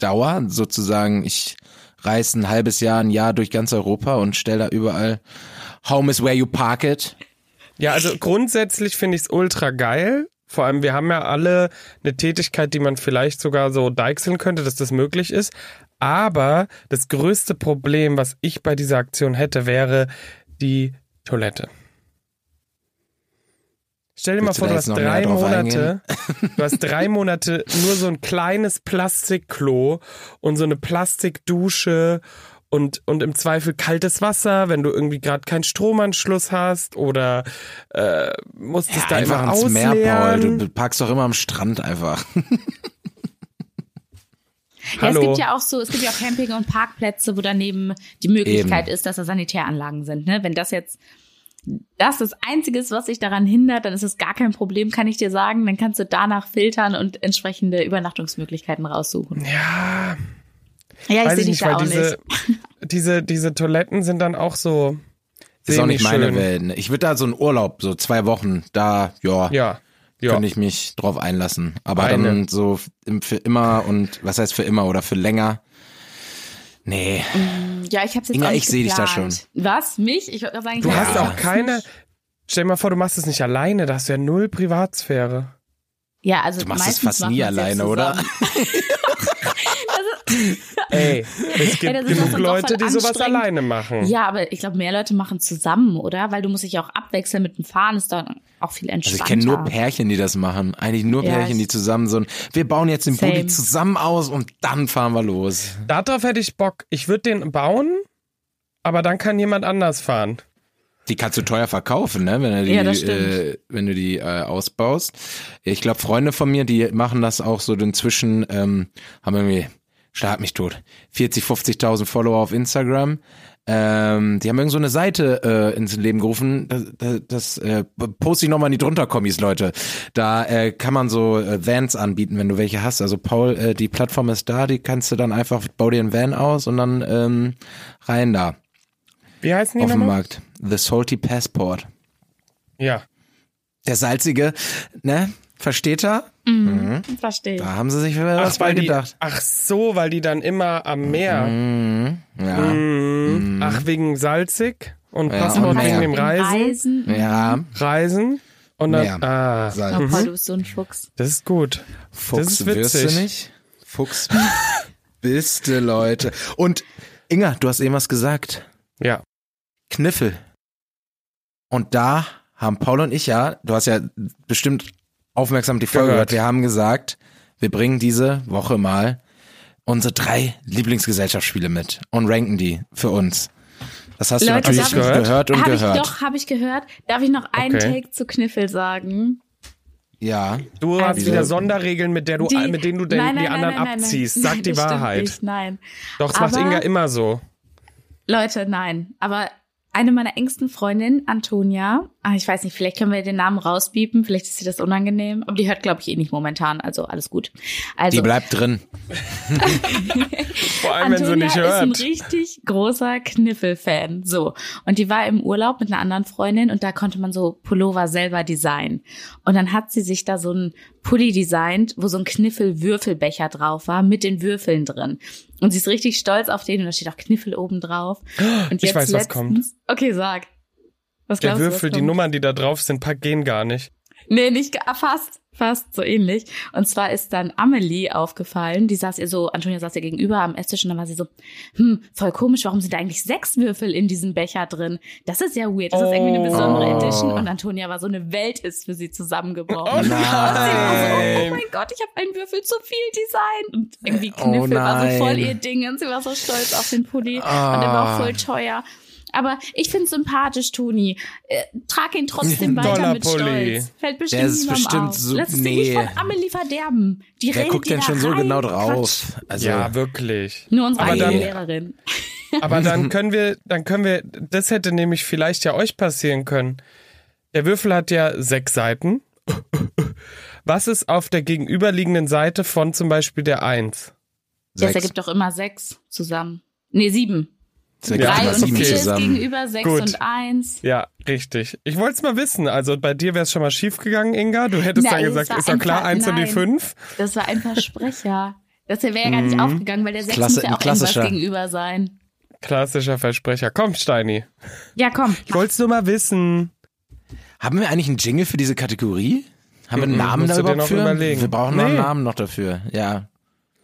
[SPEAKER 2] Dauer, sozusagen, ich reise ein halbes Jahr, ein Jahr durch ganz Europa und stelle da überall Home is where you park it.
[SPEAKER 3] Ja, also grundsätzlich finde ich es ultra geil. Vor allem, wir haben ja alle eine Tätigkeit, die man vielleicht sogar so deichseln könnte, dass das möglich ist. Aber das größte Problem, was ich bei dieser Aktion hätte, wäre die Toilette. Stell dir mal
[SPEAKER 2] Willst du
[SPEAKER 3] vor,
[SPEAKER 2] da
[SPEAKER 3] du
[SPEAKER 2] jetzt
[SPEAKER 3] hast
[SPEAKER 2] noch näher
[SPEAKER 3] drei
[SPEAKER 2] drauf
[SPEAKER 3] Monate, du hast drei Monate nur so ein kleines Plastikklo und so eine Plastikdusche und, und im Zweifel kaltes Wasser, wenn du irgendwie gerade keinen Stromanschluss hast oder äh, musst es da
[SPEAKER 2] einfach
[SPEAKER 3] immer
[SPEAKER 2] ans Meer, Paul.
[SPEAKER 3] ausleeren.
[SPEAKER 2] Du parkst doch immer am Strand einfach.
[SPEAKER 1] Ja, es
[SPEAKER 3] Hallo.
[SPEAKER 1] gibt ja auch so, es gibt ja auch Camping- und Parkplätze, wo daneben die Möglichkeit ist, dass da Sanitäranlagen sind. Ne? Wenn das jetzt das das Einzige ist, was dich daran hindert, dann ist es gar kein Problem, kann ich dir sagen. Dann kannst du danach filtern und entsprechende Übernachtungsmöglichkeiten raussuchen.
[SPEAKER 3] ja,
[SPEAKER 1] Ja, ich
[SPEAKER 3] weiß
[SPEAKER 1] sehe
[SPEAKER 3] ich
[SPEAKER 1] dich
[SPEAKER 3] nicht,
[SPEAKER 1] da
[SPEAKER 3] weil
[SPEAKER 1] auch
[SPEAKER 3] diese,
[SPEAKER 1] nicht.
[SPEAKER 3] diese, diese Toiletten sind dann auch so.
[SPEAKER 2] Ist auch nicht meine
[SPEAKER 3] semi-schön.
[SPEAKER 2] Welt. ne? Ich würde da so einen Urlaub, so zwei Wochen, da, ja,
[SPEAKER 3] Ja. Ja.
[SPEAKER 2] könnte ich mich drauf einlassen. Aber
[SPEAKER 3] Eine.
[SPEAKER 2] dann so im- für immer und, was heißt für immer oder für länger? Nee.
[SPEAKER 1] Ja, ich habe jetzt
[SPEAKER 2] Inga,
[SPEAKER 1] auch nicht
[SPEAKER 2] ich seh dich da
[SPEAKER 1] geplant. Was? Mich? Ich wollte gerade sagen, ich
[SPEAKER 3] Du
[SPEAKER 1] hab-
[SPEAKER 3] hast
[SPEAKER 1] ich
[SPEAKER 3] auch
[SPEAKER 1] hab's
[SPEAKER 3] keine.
[SPEAKER 1] nicht.
[SPEAKER 3] Stell dir mal vor, du machst es nicht alleine, da hast du ja null Privatsphäre.
[SPEAKER 1] Ja, also
[SPEAKER 2] Du machst es
[SPEAKER 1] meistens
[SPEAKER 2] fast
[SPEAKER 1] machen
[SPEAKER 2] nie
[SPEAKER 1] wir es ja
[SPEAKER 2] alleine, oder?
[SPEAKER 1] zusammen.
[SPEAKER 3] Ey, es gibt
[SPEAKER 1] Ey, das ist doch
[SPEAKER 3] genug
[SPEAKER 1] voll
[SPEAKER 3] Leute, die sowas
[SPEAKER 1] anstrengend.
[SPEAKER 3] alleine machen.
[SPEAKER 1] Ja, aber ich glaube, mehr Leute machen zusammen, oder? Weil du musst dich ja auch abwechseln mit dem Fahren, ist dann auch viel
[SPEAKER 2] Also
[SPEAKER 1] entspannter.
[SPEAKER 2] ich kenne nur Pärchen, die das machen. Eigentlich nur
[SPEAKER 1] Ja,
[SPEAKER 2] Pärchen,
[SPEAKER 1] ich-
[SPEAKER 2] die zusammen so ein, wir bauen jetzt den
[SPEAKER 1] Same.
[SPEAKER 2] Booty zusammen aus und dann fahren wir los.
[SPEAKER 3] Darauf hätte ich Bock. Ich würde den bauen, aber dann kann jemand anders fahren.
[SPEAKER 2] Die kannst du teuer verkaufen, ne? Wenn du die,
[SPEAKER 1] Ja, das stimmt.
[SPEAKER 2] äh, wenn du die äh, ausbaust. Ich glaube, Freunde von mir, die machen das auch so inzwischen, ähm, haben irgendwie, schlag mich tot, 40, 50.000 Follower auf Instagram. Ähm, die haben irgend so eine Seite äh, ins Leben gerufen. Das, das äh, poste ich nochmal in die drunter Kommis, Leute. Da äh, kann man so äh, Vans anbieten, wenn du welche hast. Also Paul, äh, die Plattform ist da, die kannst du dann einfach, bau dir einen Van aus und dann ähm, rein da
[SPEAKER 3] Wie heißen die
[SPEAKER 2] auf dem
[SPEAKER 3] nochmal?
[SPEAKER 2] Markt. The Salty Passport.
[SPEAKER 3] Ja.
[SPEAKER 2] Der salzige, ne? Versteht er?
[SPEAKER 1] Verstehe.
[SPEAKER 2] Da haben sie sich wieder was bei
[SPEAKER 3] die,
[SPEAKER 2] gedacht.
[SPEAKER 3] ach so, weil die dann immer am Meer.
[SPEAKER 2] Ja.
[SPEAKER 3] Mhm. Ach, wegen salzig und
[SPEAKER 2] Ja,
[SPEAKER 3] Passport
[SPEAKER 2] und
[SPEAKER 3] wegen
[SPEAKER 2] Meer.
[SPEAKER 3] dem Reisen.
[SPEAKER 1] Reisen.
[SPEAKER 2] Ja.
[SPEAKER 3] Reisen. Und dann,
[SPEAKER 2] Meer.
[SPEAKER 3] ah,
[SPEAKER 2] Salz.
[SPEAKER 1] Oh, Paul, du bist so ein Fuchs.
[SPEAKER 3] das ist gut.
[SPEAKER 2] Fuchs
[SPEAKER 3] das ist
[SPEAKER 2] wirst
[SPEAKER 3] witzig.
[SPEAKER 2] du nicht. Fuchs bist du, Leute. Und Inga, du hast eben was gesagt.
[SPEAKER 3] Ja.
[SPEAKER 2] Kniffel. Und da haben Paul und ich ja, du hast ja bestimmt aufmerksam die Folge
[SPEAKER 3] Gehört.
[SPEAKER 2] gehört, wir haben gesagt, wir bringen diese Woche mal unsere drei Lieblingsgesellschaftsspiele mit und ranken die für uns. Das hast
[SPEAKER 1] Leute,
[SPEAKER 2] du natürlich
[SPEAKER 1] darf ich-
[SPEAKER 2] gehört, und
[SPEAKER 1] Habe ich
[SPEAKER 2] gehört.
[SPEAKER 1] doch, habe ich gehört. Darf ich noch einen
[SPEAKER 3] Okay.
[SPEAKER 1] Take zu Kniffel sagen?
[SPEAKER 2] Ja.
[SPEAKER 3] Du
[SPEAKER 1] Also-
[SPEAKER 3] hast wieder Sonderregeln, mit, der du,
[SPEAKER 1] Die-
[SPEAKER 3] mit denen du den,
[SPEAKER 1] Nein, nein,
[SPEAKER 3] die anderen
[SPEAKER 1] nein, nein, nein.
[SPEAKER 3] abziehst. Sag
[SPEAKER 1] Nein,
[SPEAKER 3] die
[SPEAKER 1] das stimmt
[SPEAKER 3] Wahrheit.
[SPEAKER 1] Nicht, nein.
[SPEAKER 3] Doch, das macht
[SPEAKER 1] Aber-
[SPEAKER 3] Inga immer so.
[SPEAKER 1] Leute, nein. Aber eine meiner engsten Freundinnen, Antonia, ah, ich weiß nicht, vielleicht können wir den Namen rausbiepen, vielleicht ist ihr das unangenehm, aber die hört, glaube ich, eh nicht momentan, also alles gut. Also,
[SPEAKER 2] Die bleibt drin.
[SPEAKER 3] Vor allem, wenn
[SPEAKER 1] Antonia
[SPEAKER 3] sie nicht
[SPEAKER 1] ist ein
[SPEAKER 3] hört.
[SPEAKER 1] richtig großer Kniffel-Fan. So. Und die war im Urlaub mit einer anderen Freundin und da konnte man so Pullover selber designen. Und dann hat sie sich da so einen Pulli designt, wo so ein Kniffel-Würfelbecher drauf war, mit den Würfeln drin. Und sie ist richtig stolz auf den und da steht auch Kniffel oben drauf. Und
[SPEAKER 3] Ich
[SPEAKER 1] jetzt
[SPEAKER 3] weiß, was
[SPEAKER 1] letztens,
[SPEAKER 3] kommt.
[SPEAKER 1] Okay, sag. Was
[SPEAKER 3] Der
[SPEAKER 1] glaubst du, was
[SPEAKER 3] Würfel, die
[SPEAKER 1] kommt?
[SPEAKER 3] Nummern, die da drauf sind, pack gehen gar nicht.
[SPEAKER 1] Nee, nicht ge- ah, fast, fast so ähnlich. Und zwar ist dann Amelie aufgefallen, die saß ihr so, Antonia saß ihr gegenüber am Esstisch und dann war sie so, hm, voll komisch, warum sind da eigentlich sechs Würfel in diesem Becher drin? Das ist ja weird, das ist irgendwie eine besondere
[SPEAKER 2] Oh.
[SPEAKER 1] Edition. Und Antonia war so, eine Welt ist für sie zusammengebrochen.
[SPEAKER 3] Oh
[SPEAKER 1] Und sie war so, oh
[SPEAKER 3] nein.
[SPEAKER 1] mein Gott, ich habe einen Würfel zu viel Design. Und irgendwie
[SPEAKER 2] Oh
[SPEAKER 1] Kniffel war so voll
[SPEAKER 2] nein.
[SPEAKER 1] ihr Ding und sie war so stolz auf den Pulli und der war
[SPEAKER 2] Ah.
[SPEAKER 1] auch voll teuer. Aber ich find's sympathisch, Toni. Äh, trag ihn trotzdem
[SPEAKER 2] Ein
[SPEAKER 1] weiter mit
[SPEAKER 3] Dollarpulli.
[SPEAKER 1] Stolz. Fällt bestimmt
[SPEAKER 2] Der ist
[SPEAKER 1] niemandem
[SPEAKER 2] bestimmt
[SPEAKER 1] auf.
[SPEAKER 2] so-
[SPEAKER 1] Lass dich
[SPEAKER 2] nee.
[SPEAKER 1] nicht von Amelie verderben. Die
[SPEAKER 2] Wer
[SPEAKER 1] redet
[SPEAKER 2] guckt
[SPEAKER 1] dir
[SPEAKER 2] denn
[SPEAKER 1] da
[SPEAKER 2] schon so
[SPEAKER 1] rein.
[SPEAKER 2] genau
[SPEAKER 1] Quatsch.
[SPEAKER 2] drauf? Also,
[SPEAKER 3] ja, wirklich.
[SPEAKER 1] Nur unsere
[SPEAKER 3] Aber
[SPEAKER 1] eigene
[SPEAKER 3] dann-
[SPEAKER 1] Lehrerin.
[SPEAKER 3] Aber dann können wir, dann können wir, das hätte nämlich vielleicht ja euch passieren können. Der Würfel hat ja sechs Seiten. Was ist auf der gegenüberliegenden Seite von zum Beispiel der Eins?
[SPEAKER 1] Das
[SPEAKER 2] sechs,
[SPEAKER 1] ergibt doch immer sechs zusammen. Nee, sieben.
[SPEAKER 2] sechs,
[SPEAKER 1] Drei
[SPEAKER 2] mal
[SPEAKER 1] und
[SPEAKER 2] sieben
[SPEAKER 1] vier ist
[SPEAKER 2] zusammen.
[SPEAKER 1] gegenüber sechs
[SPEAKER 3] Gut.
[SPEAKER 1] und eins.
[SPEAKER 3] Ja, richtig. Ich wollte es mal wissen. Also bei dir wäre es schon mal schief gegangen, Inga. Du hättest
[SPEAKER 1] Nein,
[SPEAKER 3] dann
[SPEAKER 1] es war
[SPEAKER 3] gesagt, ist doch klar,
[SPEAKER 1] einfach-
[SPEAKER 3] eins und die
[SPEAKER 1] nein.
[SPEAKER 3] fünf.
[SPEAKER 1] Das war ein Versprecher. Das wäre ja gar nicht aufgegangen, weil der sechs
[SPEAKER 2] Mhm. Klasse-
[SPEAKER 1] muss ja
[SPEAKER 2] ein
[SPEAKER 1] auch irgendwas
[SPEAKER 2] klassischer.
[SPEAKER 1] gegenüber sein.
[SPEAKER 3] Klassischer Versprecher. Komm, Steini.
[SPEAKER 1] Ja, komm.
[SPEAKER 3] Ich wollte es nur mal wissen.
[SPEAKER 2] Haben wir eigentlich einen Jingle für diese Kategorie? Haben wir einen
[SPEAKER 3] Mhm,
[SPEAKER 2] Namen
[SPEAKER 3] musst
[SPEAKER 2] da
[SPEAKER 3] du dir
[SPEAKER 2] überhaupt
[SPEAKER 3] noch
[SPEAKER 2] für?
[SPEAKER 3] überlegen.
[SPEAKER 2] Wir brauchen noch einen
[SPEAKER 3] Nee.
[SPEAKER 2] Namen noch dafür. Ja.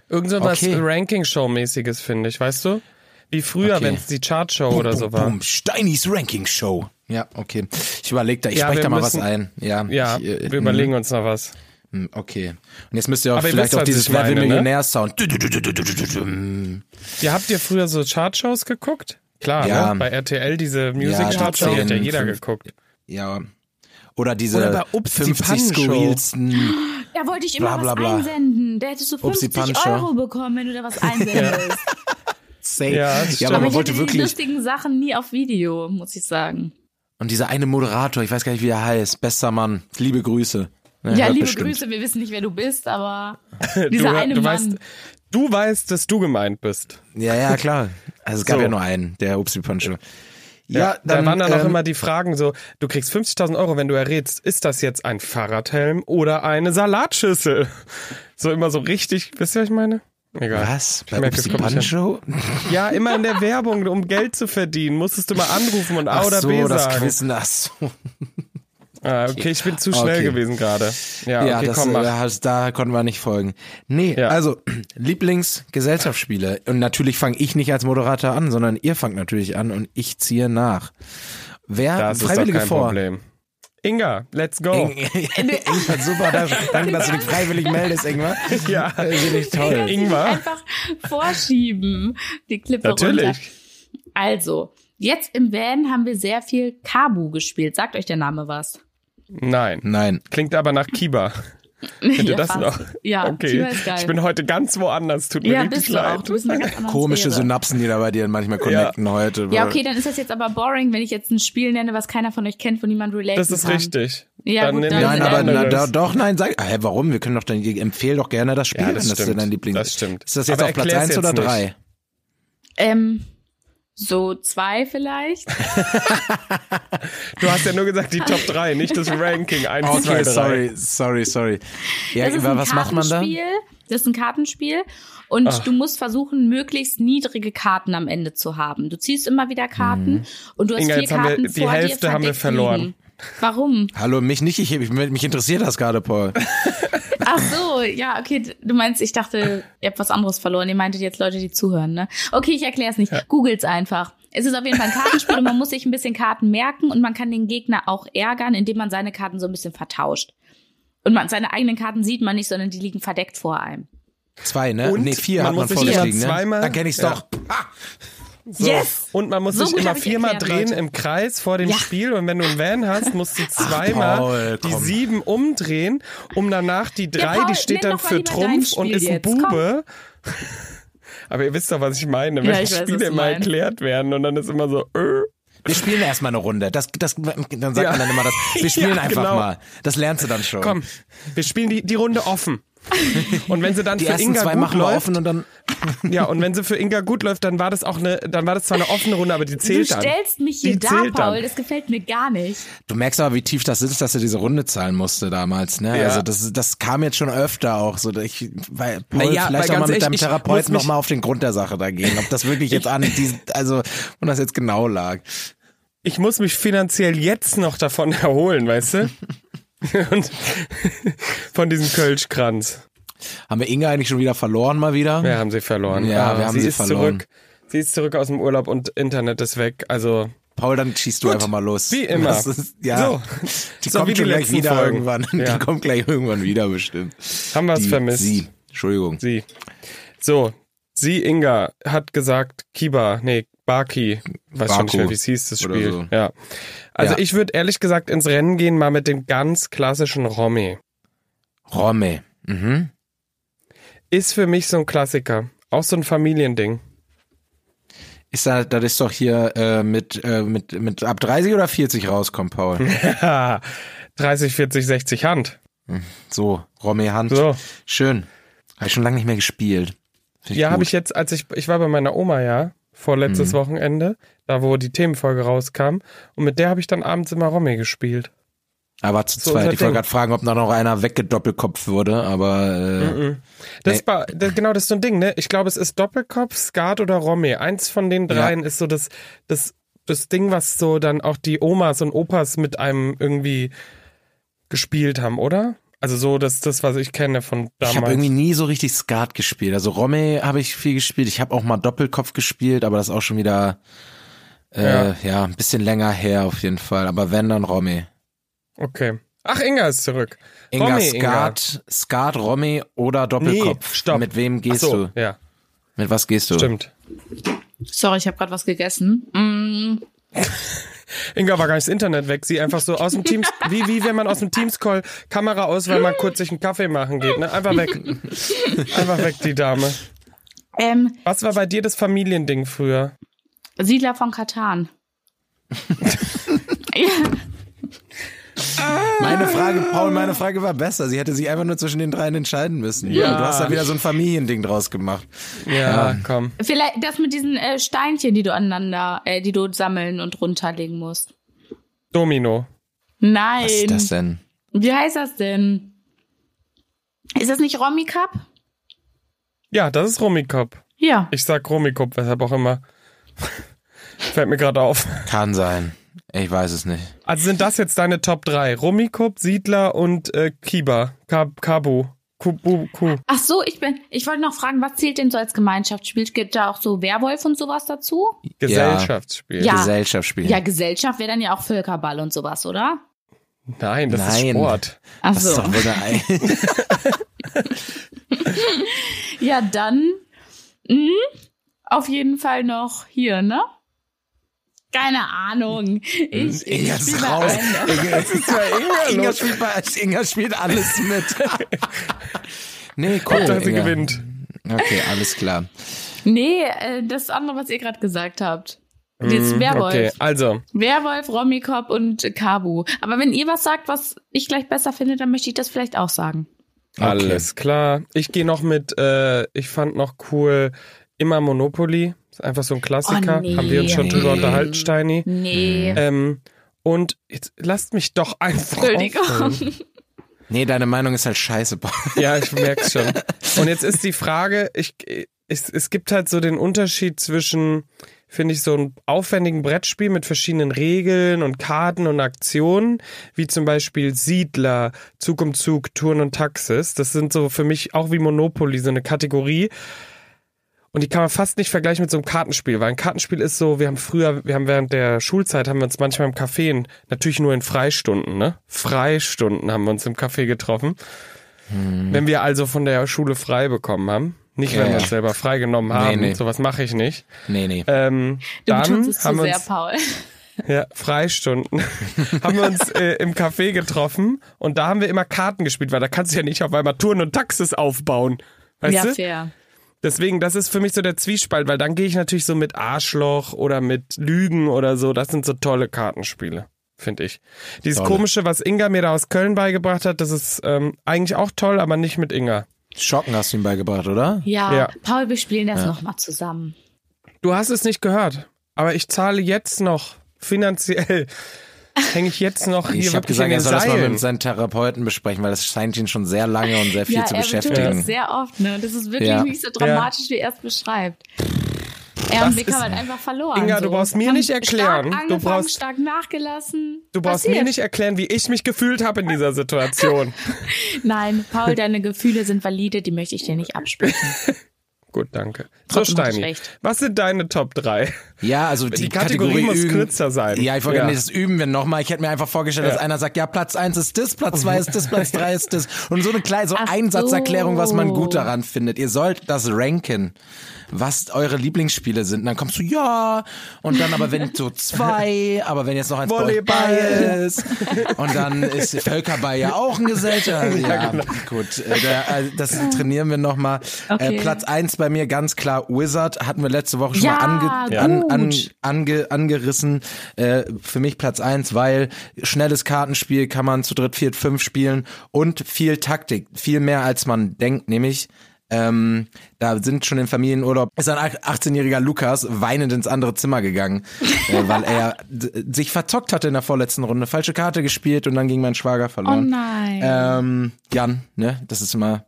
[SPEAKER 3] Irgend so was
[SPEAKER 2] Okay.
[SPEAKER 3] Ranking-Show-mäßiges, finde ich, weißt du? Wie früher,
[SPEAKER 2] Okay.
[SPEAKER 3] wenn es die Chartshow
[SPEAKER 2] Bum,
[SPEAKER 3] oder
[SPEAKER 2] bum,
[SPEAKER 3] so war.
[SPEAKER 2] bum. Steinis Ranking Show. Ja, okay. Ich überlege da, ich
[SPEAKER 3] Ja,
[SPEAKER 2] spreche
[SPEAKER 3] wir
[SPEAKER 2] da mal
[SPEAKER 3] müssen-
[SPEAKER 2] was ein. Ja,
[SPEAKER 3] Ja,
[SPEAKER 2] ich, äh,
[SPEAKER 3] wir überlegen uns noch was.
[SPEAKER 2] mh, Okay. Und jetzt müsst ihr auch
[SPEAKER 3] Aber ihr
[SPEAKER 2] vielleicht
[SPEAKER 3] wisst,
[SPEAKER 2] auch
[SPEAKER 3] was
[SPEAKER 2] dieses
[SPEAKER 3] ich meine,
[SPEAKER 2] Wer will
[SPEAKER 3] ne?
[SPEAKER 2] Millionär-Sound.
[SPEAKER 3] Ja, habt ihr früher so Chartshows geguckt? Klar,
[SPEAKER 2] Ja.
[SPEAKER 3] ne? bei RTL diese
[SPEAKER 2] Ja,
[SPEAKER 3] Music
[SPEAKER 2] die
[SPEAKER 3] Chartshow hat ja
[SPEAKER 2] 10,
[SPEAKER 3] jeder
[SPEAKER 2] 5.
[SPEAKER 3] geguckt.
[SPEAKER 2] Ja. Oder diese
[SPEAKER 3] Oder bei Ups, die
[SPEAKER 2] 50
[SPEAKER 3] Pannenshow.
[SPEAKER 2] skurrilsten.
[SPEAKER 1] Da wollte ich immer
[SPEAKER 2] Bla, bla, bla.
[SPEAKER 1] was einsenden. Da hättest du
[SPEAKER 2] Upsi
[SPEAKER 1] 50
[SPEAKER 2] Panscher.
[SPEAKER 1] Euro bekommen, wenn du da was einsendest.
[SPEAKER 2] Safe.
[SPEAKER 3] Ja, das
[SPEAKER 2] ja,
[SPEAKER 3] stimmt.
[SPEAKER 2] aber
[SPEAKER 1] Aber
[SPEAKER 2] man
[SPEAKER 1] ich
[SPEAKER 2] wollte
[SPEAKER 1] hatte die
[SPEAKER 2] wirklich.
[SPEAKER 1] lustigen Sachen nie auf Video, muss ich sagen.
[SPEAKER 2] Und dieser eine Moderator, ich weiß gar nicht, wie er heißt. Bester Mann. Liebe Grüße. Ne,
[SPEAKER 1] Ja,
[SPEAKER 2] hört
[SPEAKER 1] liebe
[SPEAKER 2] bestimmt.
[SPEAKER 1] Grüße, wir wissen nicht, wer du bist, aber dieser
[SPEAKER 3] du, äh,
[SPEAKER 1] eine
[SPEAKER 3] du
[SPEAKER 1] Mann.
[SPEAKER 3] weißt, du weißt, dass du gemeint bist.
[SPEAKER 2] Ja, ja, klar. Also es gab
[SPEAKER 3] So.
[SPEAKER 2] ja nur einen, der Upsi Pancho.
[SPEAKER 3] Ja, da waren dann auch
[SPEAKER 2] ähm,
[SPEAKER 3] immer die Fragen so, du kriegst 50.000 Euro, wenn du errätst, ist das jetzt ein Fahrradhelm oder eine Salatschüssel? So immer so richtig, wisst ihr, was ich meine? Egal.
[SPEAKER 2] Was?
[SPEAKER 3] Ich
[SPEAKER 2] Bei
[SPEAKER 3] merke,
[SPEAKER 2] Upsi
[SPEAKER 3] es kommt nicht
[SPEAKER 2] Pancho?
[SPEAKER 3] hin. Ja, immer in der Werbung, um Geld zu verdienen, musstest du mal anrufen und A
[SPEAKER 2] Ach
[SPEAKER 3] oder
[SPEAKER 2] so,
[SPEAKER 3] B
[SPEAKER 2] das
[SPEAKER 3] sagen.
[SPEAKER 2] Quiz. Ach so.
[SPEAKER 3] Ah, okay, ich bin zu schnell
[SPEAKER 2] Okay.
[SPEAKER 3] gewesen gerade. Ja,
[SPEAKER 2] Ja,
[SPEAKER 3] okay,
[SPEAKER 2] das,
[SPEAKER 3] komm, mach.
[SPEAKER 2] äh, hast- da konnten wir nicht folgen. Nee,
[SPEAKER 3] Ja.
[SPEAKER 2] also Lieblingsgesellschaftsspiele. Und natürlich fange ich nicht als Moderator an, sondern ihr fangt natürlich an und ich ziehe nach. Wer
[SPEAKER 3] Das ist doch
[SPEAKER 2] Ah, Freiwillige
[SPEAKER 3] kein
[SPEAKER 2] vor?
[SPEAKER 3] Problem. Inga, let's go.
[SPEAKER 2] Ing- Ingmar, super, da- danke, dass du dich freiwillig meldest, Ingmar.
[SPEAKER 3] Ja,
[SPEAKER 2] Das ist nicht toll.
[SPEAKER 1] Kannst du
[SPEAKER 3] Ingmar?
[SPEAKER 1] nicht einfach vorschieben, die Klippe runter.
[SPEAKER 3] natürlich.
[SPEAKER 1] Also, jetzt im Van haben wir sehr viel Kabu gespielt. Sagt euch der Name was?
[SPEAKER 3] Nein.
[SPEAKER 2] Nein.
[SPEAKER 3] Klingt aber nach Kiba. Könnt ihr
[SPEAKER 1] Ja,
[SPEAKER 3] das
[SPEAKER 1] fast.
[SPEAKER 3] noch?
[SPEAKER 1] Ja,
[SPEAKER 3] okay.
[SPEAKER 1] Tiva ist geil.
[SPEAKER 3] Ich bin heute ganz woanders, tut mir
[SPEAKER 1] ja,
[SPEAKER 3] wirklich
[SPEAKER 1] bist du auch.
[SPEAKER 3] leid.
[SPEAKER 1] Du bist eine ganz andere
[SPEAKER 2] Komische
[SPEAKER 1] Atmosphäre.
[SPEAKER 2] Synapsen, die da bei dir manchmal connecten heute.
[SPEAKER 1] Ja, okay, dann ist das jetzt aber boring, wenn ich jetzt ein Spiel nenne, was keiner von euch kennt, wo niemand relate
[SPEAKER 3] Das ist
[SPEAKER 1] kann.
[SPEAKER 3] richtig.
[SPEAKER 1] Ja,
[SPEAKER 3] Dann
[SPEAKER 1] gut,
[SPEAKER 3] nehmen
[SPEAKER 1] dann
[SPEAKER 3] wir
[SPEAKER 1] ist
[SPEAKER 2] Nein,
[SPEAKER 1] ein
[SPEAKER 2] aber na,
[SPEAKER 3] anderes.
[SPEAKER 2] da, doch, nein, sag, hä, warum? Wir können doch dann, empfehl doch gerne das Spiel,
[SPEAKER 3] Ja,
[SPEAKER 2] das
[SPEAKER 3] das
[SPEAKER 2] wenn das
[SPEAKER 3] stimmt.
[SPEAKER 2] dein Lieblings
[SPEAKER 3] Das stimmt.
[SPEAKER 2] Ist das jetzt
[SPEAKER 3] Aber
[SPEAKER 2] auf Platz
[SPEAKER 3] erklär's
[SPEAKER 2] 1
[SPEAKER 3] jetzt
[SPEAKER 2] oder
[SPEAKER 3] nicht.
[SPEAKER 2] 3?
[SPEAKER 1] Ähm, so zwei vielleicht.
[SPEAKER 3] Du hast ja nur gesagt die Top 3, nicht das Ranking 1,
[SPEAKER 2] Okay,
[SPEAKER 3] 2, 3.
[SPEAKER 2] sorry, sorry, sorry. Ja,
[SPEAKER 1] Das ist
[SPEAKER 2] über
[SPEAKER 1] ein
[SPEAKER 2] was macht man da?
[SPEAKER 1] Kartenspiel. Das ist ein Kartenspiel. Und du musst versuchen, möglichst niedrige Karten am Ende zu haben. Du ziehst immer wieder Karten und du hast
[SPEAKER 3] Mhm. Inga,
[SPEAKER 1] vier
[SPEAKER 3] jetzt haben wir-
[SPEAKER 1] Karten
[SPEAKER 3] die
[SPEAKER 1] vor
[SPEAKER 3] Hälfte
[SPEAKER 1] dir
[SPEAKER 3] haben wir
[SPEAKER 1] verdeckt
[SPEAKER 3] verloren.
[SPEAKER 1] Liegen. Warum?
[SPEAKER 2] Hallo, mich nicht, ich, ich, mich interessiert das gerade, Paul.
[SPEAKER 1] Ach so, ja, okay. d- Du meinst, ich dachte, ihr habt was anderes verloren. Ihr meintet jetzt Leute, die zuhören, ne? Okay, ich erkläre es nicht. Googles einfach. Es ist auf jeden Fall ein Kartenspiel und man muss sich ein bisschen Karten merken und man kann den Gegner auch ärgern, indem man seine Karten so ein bisschen vertauscht. Und man, seine eigenen Karten sieht man nicht, sondern die liegen verdeckt vor einem.
[SPEAKER 2] Zwei, ne?
[SPEAKER 3] Und
[SPEAKER 2] nee, vier
[SPEAKER 3] man
[SPEAKER 2] hat man
[SPEAKER 3] muss sich
[SPEAKER 2] vor sich
[SPEAKER 3] immer
[SPEAKER 2] liegen, ne?
[SPEAKER 3] zweimal-
[SPEAKER 2] Dann kenne ich's
[SPEAKER 3] Ja.
[SPEAKER 2] doch.
[SPEAKER 3] So.
[SPEAKER 1] Yes!
[SPEAKER 3] Und man muss
[SPEAKER 1] So
[SPEAKER 3] sich
[SPEAKER 1] gut
[SPEAKER 3] immer
[SPEAKER 1] hab ich
[SPEAKER 3] viermal
[SPEAKER 1] erklärt,
[SPEAKER 3] drehen
[SPEAKER 1] Leute.
[SPEAKER 3] im Kreis vor dem
[SPEAKER 1] Ja.
[SPEAKER 3] Spiel und wenn du einen Van hast, musst du zweimal
[SPEAKER 2] Paul,
[SPEAKER 3] die
[SPEAKER 2] komm.
[SPEAKER 3] sieben umdrehen, um danach die drei,
[SPEAKER 1] Paul,
[SPEAKER 3] die
[SPEAKER 1] nenn
[SPEAKER 3] steht dann
[SPEAKER 1] doch mal
[SPEAKER 3] für
[SPEAKER 1] lieber dein
[SPEAKER 3] Trumpf und
[SPEAKER 1] Spiel
[SPEAKER 3] ist ein
[SPEAKER 1] jetzt,
[SPEAKER 3] Bube. Aber ihr wisst doch, was ich meine,
[SPEAKER 1] Ja,
[SPEAKER 3] wenn
[SPEAKER 1] ich weiß, was
[SPEAKER 3] Spiele
[SPEAKER 1] du
[SPEAKER 3] mal
[SPEAKER 1] meinst.
[SPEAKER 3] erklärt werden und dann ist immer so, äh,
[SPEAKER 2] Wir spielen erstmal eine Runde. Das, das, dann sagt
[SPEAKER 3] Ja.
[SPEAKER 2] man dann immer das. Wir spielen
[SPEAKER 3] Ja,
[SPEAKER 2] einfach
[SPEAKER 3] genau.
[SPEAKER 2] mal. Das lernst du dann schon.
[SPEAKER 3] komm, wir spielen die, die Runde offen. Und wenn sie dann
[SPEAKER 2] Die
[SPEAKER 3] für
[SPEAKER 2] ersten
[SPEAKER 3] Inga
[SPEAKER 2] zwei
[SPEAKER 3] gut
[SPEAKER 2] machen wir
[SPEAKER 3] läuft,
[SPEAKER 2] offen und dann.
[SPEAKER 3] ja, und wenn sie für Inga gut läuft, dann war das auch eine, dann war das zwar eine offene Runde, aber die
[SPEAKER 1] Du
[SPEAKER 3] zählt dann.
[SPEAKER 1] stellst mich hier
[SPEAKER 3] Die
[SPEAKER 1] da, Paul.
[SPEAKER 3] zählt dann.
[SPEAKER 1] Das gefällt mir gar nicht.
[SPEAKER 2] Du merkst aber, wie tief das sitzt, dass er diese Runde zahlen musste damals. Ne?
[SPEAKER 3] Ja.
[SPEAKER 2] Also das, das kam jetzt schon öfter auch. So, ich, weil, Paul,
[SPEAKER 3] ja,
[SPEAKER 2] vielleicht
[SPEAKER 3] weil
[SPEAKER 2] auch
[SPEAKER 3] ganz
[SPEAKER 2] mal mit deinem
[SPEAKER 3] ehrlich, ich muss
[SPEAKER 2] Therapeuten
[SPEAKER 3] mich-
[SPEAKER 2] nochmal auf den Grund der Sache da gehen. Ob das wirklich jetzt an diesen, also wo das jetzt genau lag.
[SPEAKER 3] ich muss mich finanziell jetzt noch davon erholen, weißt du? Und von diesem Kölschkranz.
[SPEAKER 2] Haben wir Inga eigentlich schon wieder verloren mal wieder?
[SPEAKER 3] Wir haben sie verloren. Ah,
[SPEAKER 2] Ja, wir haben
[SPEAKER 3] sie
[SPEAKER 2] sie
[SPEAKER 3] ist
[SPEAKER 2] verloren.
[SPEAKER 3] Zurück. Sie ist zurück aus dem Urlaub und Internet ist weg. Also
[SPEAKER 2] Paul, dann schießt du einfach mal los.
[SPEAKER 3] wie immer.
[SPEAKER 2] Das ist, ja,
[SPEAKER 3] So.
[SPEAKER 2] die
[SPEAKER 3] So
[SPEAKER 2] kommt
[SPEAKER 3] wie die
[SPEAKER 2] schon gleich
[SPEAKER 3] letzten
[SPEAKER 2] wieder
[SPEAKER 3] Folgen.
[SPEAKER 2] irgendwann.
[SPEAKER 3] Ja.
[SPEAKER 2] Die kommt gleich irgendwann wieder bestimmt.
[SPEAKER 3] haben wir es
[SPEAKER 2] Die-
[SPEAKER 3] vermisst.
[SPEAKER 2] Sie. Entschuldigung.
[SPEAKER 3] Sie. So, sie, Inga, hat gesagt, Kiba, nee, Baki, weiß schon nicht
[SPEAKER 2] Baku
[SPEAKER 3] mehr, wie es hieß, das
[SPEAKER 2] oder
[SPEAKER 3] Spiel.
[SPEAKER 2] so.
[SPEAKER 3] Ja. Also
[SPEAKER 2] Ja.
[SPEAKER 3] ich würde ehrlich gesagt ins Rennen gehen, mal mit dem ganz klassischen Romy.
[SPEAKER 2] Romme. Mhm.
[SPEAKER 3] Ist für mich so ein Klassiker. Auch so ein Familiending.
[SPEAKER 2] Ist da, das ist doch hier äh, mit, äh, mit, mit ab 30 oder 40 rauskommt, Paul.
[SPEAKER 3] Hm. Ah, 30, 40, 60 Hand.
[SPEAKER 2] So, Romy Hand.
[SPEAKER 3] So.
[SPEAKER 2] Schön. Habe ich schon lange nicht mehr gespielt. Find
[SPEAKER 3] Ja, habe
[SPEAKER 2] gut. Mhm.
[SPEAKER 3] ich jetzt, als ich, ich war bei meiner Oma, ja, vorletztes Wochenende, da wo die Themenfolge rauskam. Und mit der habe ich dann abends immer Romy gespielt.
[SPEAKER 2] Aber zu
[SPEAKER 3] so
[SPEAKER 2] zweit.
[SPEAKER 3] unser
[SPEAKER 2] Ich wollte
[SPEAKER 3] Ding.
[SPEAKER 2] gerade fragen, ob da noch einer weggedoppelkopft wurde, aber äh,
[SPEAKER 3] Das
[SPEAKER 2] Nee.
[SPEAKER 3] war, das, genau, das ist so ein Ding, ne? Ich glaube, es ist Doppelkopf, Skat oder Romy. Eins von den dreien ist so das, das, das Ding, was so dann auch die Omas und Opas mit einem irgendwie gespielt haben, oder? Also so, das, das, was ich kenne von damals.
[SPEAKER 2] ich habe irgendwie nie so richtig Skat gespielt. Also Romy habe ich viel gespielt. Ich habe auch mal Doppelkopf gespielt, aber das ist auch schon wieder äh, ja.
[SPEAKER 3] Ja.
[SPEAKER 2] ein bisschen länger her auf jeden Fall. Aber wenn, dann Romy.
[SPEAKER 3] okay. Ach, Inga ist zurück.
[SPEAKER 2] Inga,
[SPEAKER 3] Romy,
[SPEAKER 2] Skat, Skat, Romy oder
[SPEAKER 3] Nee,
[SPEAKER 2] Doppelkopf.
[SPEAKER 3] stopp.
[SPEAKER 2] Mit wem
[SPEAKER 3] Ach
[SPEAKER 2] gehst
[SPEAKER 3] so,
[SPEAKER 2] du?
[SPEAKER 3] Ja,
[SPEAKER 2] Mit was gehst du?
[SPEAKER 3] stimmt.
[SPEAKER 1] Sorry, ich habe gerade was gegessen. Mm,
[SPEAKER 3] Inga war gar nicht das Internet weg. Sie einfach so aus dem Teams, wie, wie wenn man aus dem Teams-Call Kamera aus, weil man kurz sich einen Kaffee machen geht. Ne? Einfach weg. Einfach weg, die Dame.
[SPEAKER 1] ähm,
[SPEAKER 3] Was war bei dir das Familiending früher?
[SPEAKER 1] Siedler von Katan. ja,
[SPEAKER 2] Meine Frage, Paul, meine Frage war besser. Sie hätte sich einfach nur zwischen den dreien entscheiden müssen.
[SPEAKER 3] Ja.
[SPEAKER 2] Du hast da wieder so ein Familiending draus gemacht.
[SPEAKER 3] Ja, komm.
[SPEAKER 1] vielleicht das mit diesen äh, Steinchen, die du aneinander, äh, die du sammeln und runterlegen musst.
[SPEAKER 3] Domino.
[SPEAKER 1] Nein.
[SPEAKER 2] Was ist das denn?
[SPEAKER 1] Wie heißt das denn? Ist das nicht Romy Cup?
[SPEAKER 3] Ja, das ist Rummikop.
[SPEAKER 1] Ja.
[SPEAKER 3] Ich sag Rummikop, weshalb auch immer. Fällt mir gerade auf.
[SPEAKER 2] Kann sein. Ich weiß es nicht.
[SPEAKER 3] Also sind das jetzt deine Top 3? Rummikop, Siedler und äh, Kiba. Kab Kabu. Kubu, Ku.
[SPEAKER 1] Ach so, ich bin. Ich wollte noch fragen, was zählt denn so als Gemeinschaftsspiel? Gibt da auch so Werwolf und sowas dazu?
[SPEAKER 3] Gesellschaftsspiel.
[SPEAKER 1] Ja.
[SPEAKER 2] Gesellschaftsspiel.
[SPEAKER 1] Ja, Gesellschaft wäre dann ja auch Völkerball und sowas, oder?
[SPEAKER 3] Nein, das ist
[SPEAKER 2] Nein.
[SPEAKER 3] Sport.
[SPEAKER 1] Ach
[SPEAKER 2] Das ist
[SPEAKER 1] so.
[SPEAKER 2] doch wohl eine
[SPEAKER 1] Ja, hm, dann. Mhm. Auf jeden Fall noch hier, ne? Keine Ahnung. Ich, ich
[SPEAKER 2] Inga
[SPEAKER 1] spiel
[SPEAKER 2] ist
[SPEAKER 1] mal
[SPEAKER 2] Hm, raus.
[SPEAKER 1] ein.
[SPEAKER 2] Inga,
[SPEAKER 3] ist ja Inga
[SPEAKER 2] Inga,
[SPEAKER 3] los?
[SPEAKER 2] spielt, bei- also Inga spielt alles mit. nee, cool.
[SPEAKER 3] Hauptsache, sie
[SPEAKER 2] Inga.
[SPEAKER 3] gewinnt.
[SPEAKER 2] Okay, alles klar.
[SPEAKER 1] Nee, äh, das andere, was ihr gerade gesagt habt. Dieses Werwolf.
[SPEAKER 3] Mm, Mhm. Okay, also,
[SPEAKER 1] Werwolf, Romikop und Kabu. Aber wenn ihr was sagt, was ich gleich besser finde, dann möchte ich das vielleicht auch sagen.
[SPEAKER 2] Okay.
[SPEAKER 3] alles klar. Ich gehe noch mit, äh, ich fand noch cool, immer Monopoly. Ist einfach so ein Klassiker.
[SPEAKER 1] Oh, nee.
[SPEAKER 3] Haben wir uns schon drüber
[SPEAKER 2] Nee.
[SPEAKER 3] unterhalten, Steini.
[SPEAKER 1] Nee.
[SPEAKER 3] Ähm, und jetzt lasst mich doch einfach. aufhören.
[SPEAKER 1] Entschuldigung.
[SPEAKER 2] Nee, deine Meinung ist halt scheiße. Paul.
[SPEAKER 3] Ja, ich merk's schon. Und jetzt ist die Frage, ich, es, es gibt halt so den Unterschied zwischen, finde ich, so einem aufwendigen Brettspiel mit verschiedenen Regeln und Karten und Aktionen, wie zum Beispiel Siedler, Zug um Zug, Touren und Taxis. Das sind so für mich auch wie Monopoly, so eine Kategorie. Und die kann man fast nicht vergleichen mit so einem Kartenspiel, weil ein Kartenspiel ist so, wir haben früher, wir haben während der Schulzeit, haben wir uns manchmal im Café, in- natürlich nur in Freistunden, ne? Freistunden haben wir uns im Café getroffen. Wenn wir also von der Schule frei bekommen haben, nicht
[SPEAKER 2] Ja,
[SPEAKER 3] wenn wir
[SPEAKER 2] Hm. ja.
[SPEAKER 3] uns selber freigenommen haben,
[SPEAKER 2] nee.
[SPEAKER 3] sowas mache ich nicht.
[SPEAKER 2] Nee, nee.
[SPEAKER 3] Ähm,
[SPEAKER 1] Du
[SPEAKER 3] dann
[SPEAKER 1] betonst es zu
[SPEAKER 3] haben wir
[SPEAKER 1] sehr,
[SPEAKER 3] uns
[SPEAKER 1] Paul.
[SPEAKER 3] ja, Freistunden. haben wir uns äh, im Café getroffen und da haben wir immer Karten gespielt, weil da kannst du ja nicht auf einmal Touren und Taxis aufbauen. Weißt
[SPEAKER 1] ja,
[SPEAKER 3] du?
[SPEAKER 1] fair.
[SPEAKER 3] Deswegen, das ist für mich so der Zwiespalt, weil dann gehe ich natürlich so mit Arschloch oder mit Lügen oder so. Das sind so tolle Kartenspiele, finde ich. Dieses
[SPEAKER 2] Tolle.
[SPEAKER 3] komische, was Inga mir da aus Köln beigebracht hat, das ist ähm, eigentlich auch toll, aber nicht mit Inga.
[SPEAKER 2] Schocken hast du ihm beigebracht, oder?
[SPEAKER 1] Ja.
[SPEAKER 3] Ja.
[SPEAKER 1] Paul, wir spielen das nochmal zusammen.
[SPEAKER 3] Du hast es nicht gehört, aber ich zahle jetzt noch finanziell. Hänge ich jetzt noch hier
[SPEAKER 2] Ich habe
[SPEAKER 3] wirklich
[SPEAKER 2] gesagt,
[SPEAKER 3] in
[SPEAKER 2] er
[SPEAKER 3] den
[SPEAKER 2] soll das mal
[SPEAKER 3] Seilen.
[SPEAKER 2] mit seinen Therapeuten besprechen, weil das scheint ihn schon sehr lange und sehr viel
[SPEAKER 1] ja,
[SPEAKER 2] zu
[SPEAKER 1] er betont das
[SPEAKER 2] beschäftigen.
[SPEAKER 1] sehr oft, ne? Das ist wirklich
[SPEAKER 2] Ja.
[SPEAKER 1] nicht so dramatisch, wie er es beschreibt. Er
[SPEAKER 3] Das
[SPEAKER 1] und Beck
[SPEAKER 3] ist-
[SPEAKER 1] haben halt einfach verloren.
[SPEAKER 3] Inga,
[SPEAKER 1] so.
[SPEAKER 3] du brauchst mir
[SPEAKER 1] haben
[SPEAKER 3] nicht erklären. Du
[SPEAKER 1] Stark angefangen,
[SPEAKER 3] brauchst-
[SPEAKER 1] stark nachgelassen.
[SPEAKER 3] Du brauchst mir
[SPEAKER 1] Passiert.
[SPEAKER 3] nicht erklären, wie ich mich gefühlt habe in dieser Situation.
[SPEAKER 1] Nein, Paul, deine Gefühle sind valide, die möchte ich dir nicht absprechen.
[SPEAKER 3] Gut, danke. So,
[SPEAKER 1] Trotzdem hatte ich
[SPEAKER 3] Steini,
[SPEAKER 1] recht.
[SPEAKER 3] was sind deine Top 3?
[SPEAKER 2] Ja, also die,
[SPEAKER 3] Die Kategorie muss
[SPEAKER 2] üben,
[SPEAKER 3] kürzer sein.
[SPEAKER 2] Ja, ich wollte
[SPEAKER 3] Ja.
[SPEAKER 2] nicht, das üben wir nochmal. Ich hätte mir einfach vorgestellt, dass
[SPEAKER 3] Ja.
[SPEAKER 2] einer sagt, ja, Platz eins ist das, Platz zwei ist das, Platz drei ist das. Und so eine kleine, so
[SPEAKER 1] Ach
[SPEAKER 2] Einsatzerklärung, was man gut
[SPEAKER 1] so.
[SPEAKER 2] daran findet. Ihr sollt das ranken, was eure Lieblingsspiele sind. Und dann kommst du, ja, und dann aber wenn so zwei, aber wenn jetzt noch eins bei euch
[SPEAKER 3] Volleyball.
[SPEAKER 2] bei ist. Und dann ist Völkerball ja auch ein Gesellschaft. Ja,
[SPEAKER 3] genau.
[SPEAKER 2] gut. Äh, da, äh, das trainieren wir nochmal.
[SPEAKER 1] Okay.
[SPEAKER 2] Äh, Platz eins bei mir ganz klar Wizard. Hatten wir letzte Woche schon
[SPEAKER 1] Ja,
[SPEAKER 2] mal ange an, an,
[SPEAKER 1] gut.
[SPEAKER 2] ange angerissen. Äh, für mich Platz eins, weil schnelles Kartenspiel kann man zu dritt, viert, fünf spielen und viel Taktik. Viel mehr als man denkt, nämlich. Ähm, da sind schon im Familienurlaub, ist ein ach- 18-jähriger Lukas weinend ins andere Zimmer gegangen, äh, weil er d- sich verzockt hatte in der vorletzten Runde, falsche Karte gespielt und dann ging mein Schwager
[SPEAKER 1] Oh
[SPEAKER 2] verloren.
[SPEAKER 1] nein.
[SPEAKER 2] Ähm, Jan, ne, das ist immer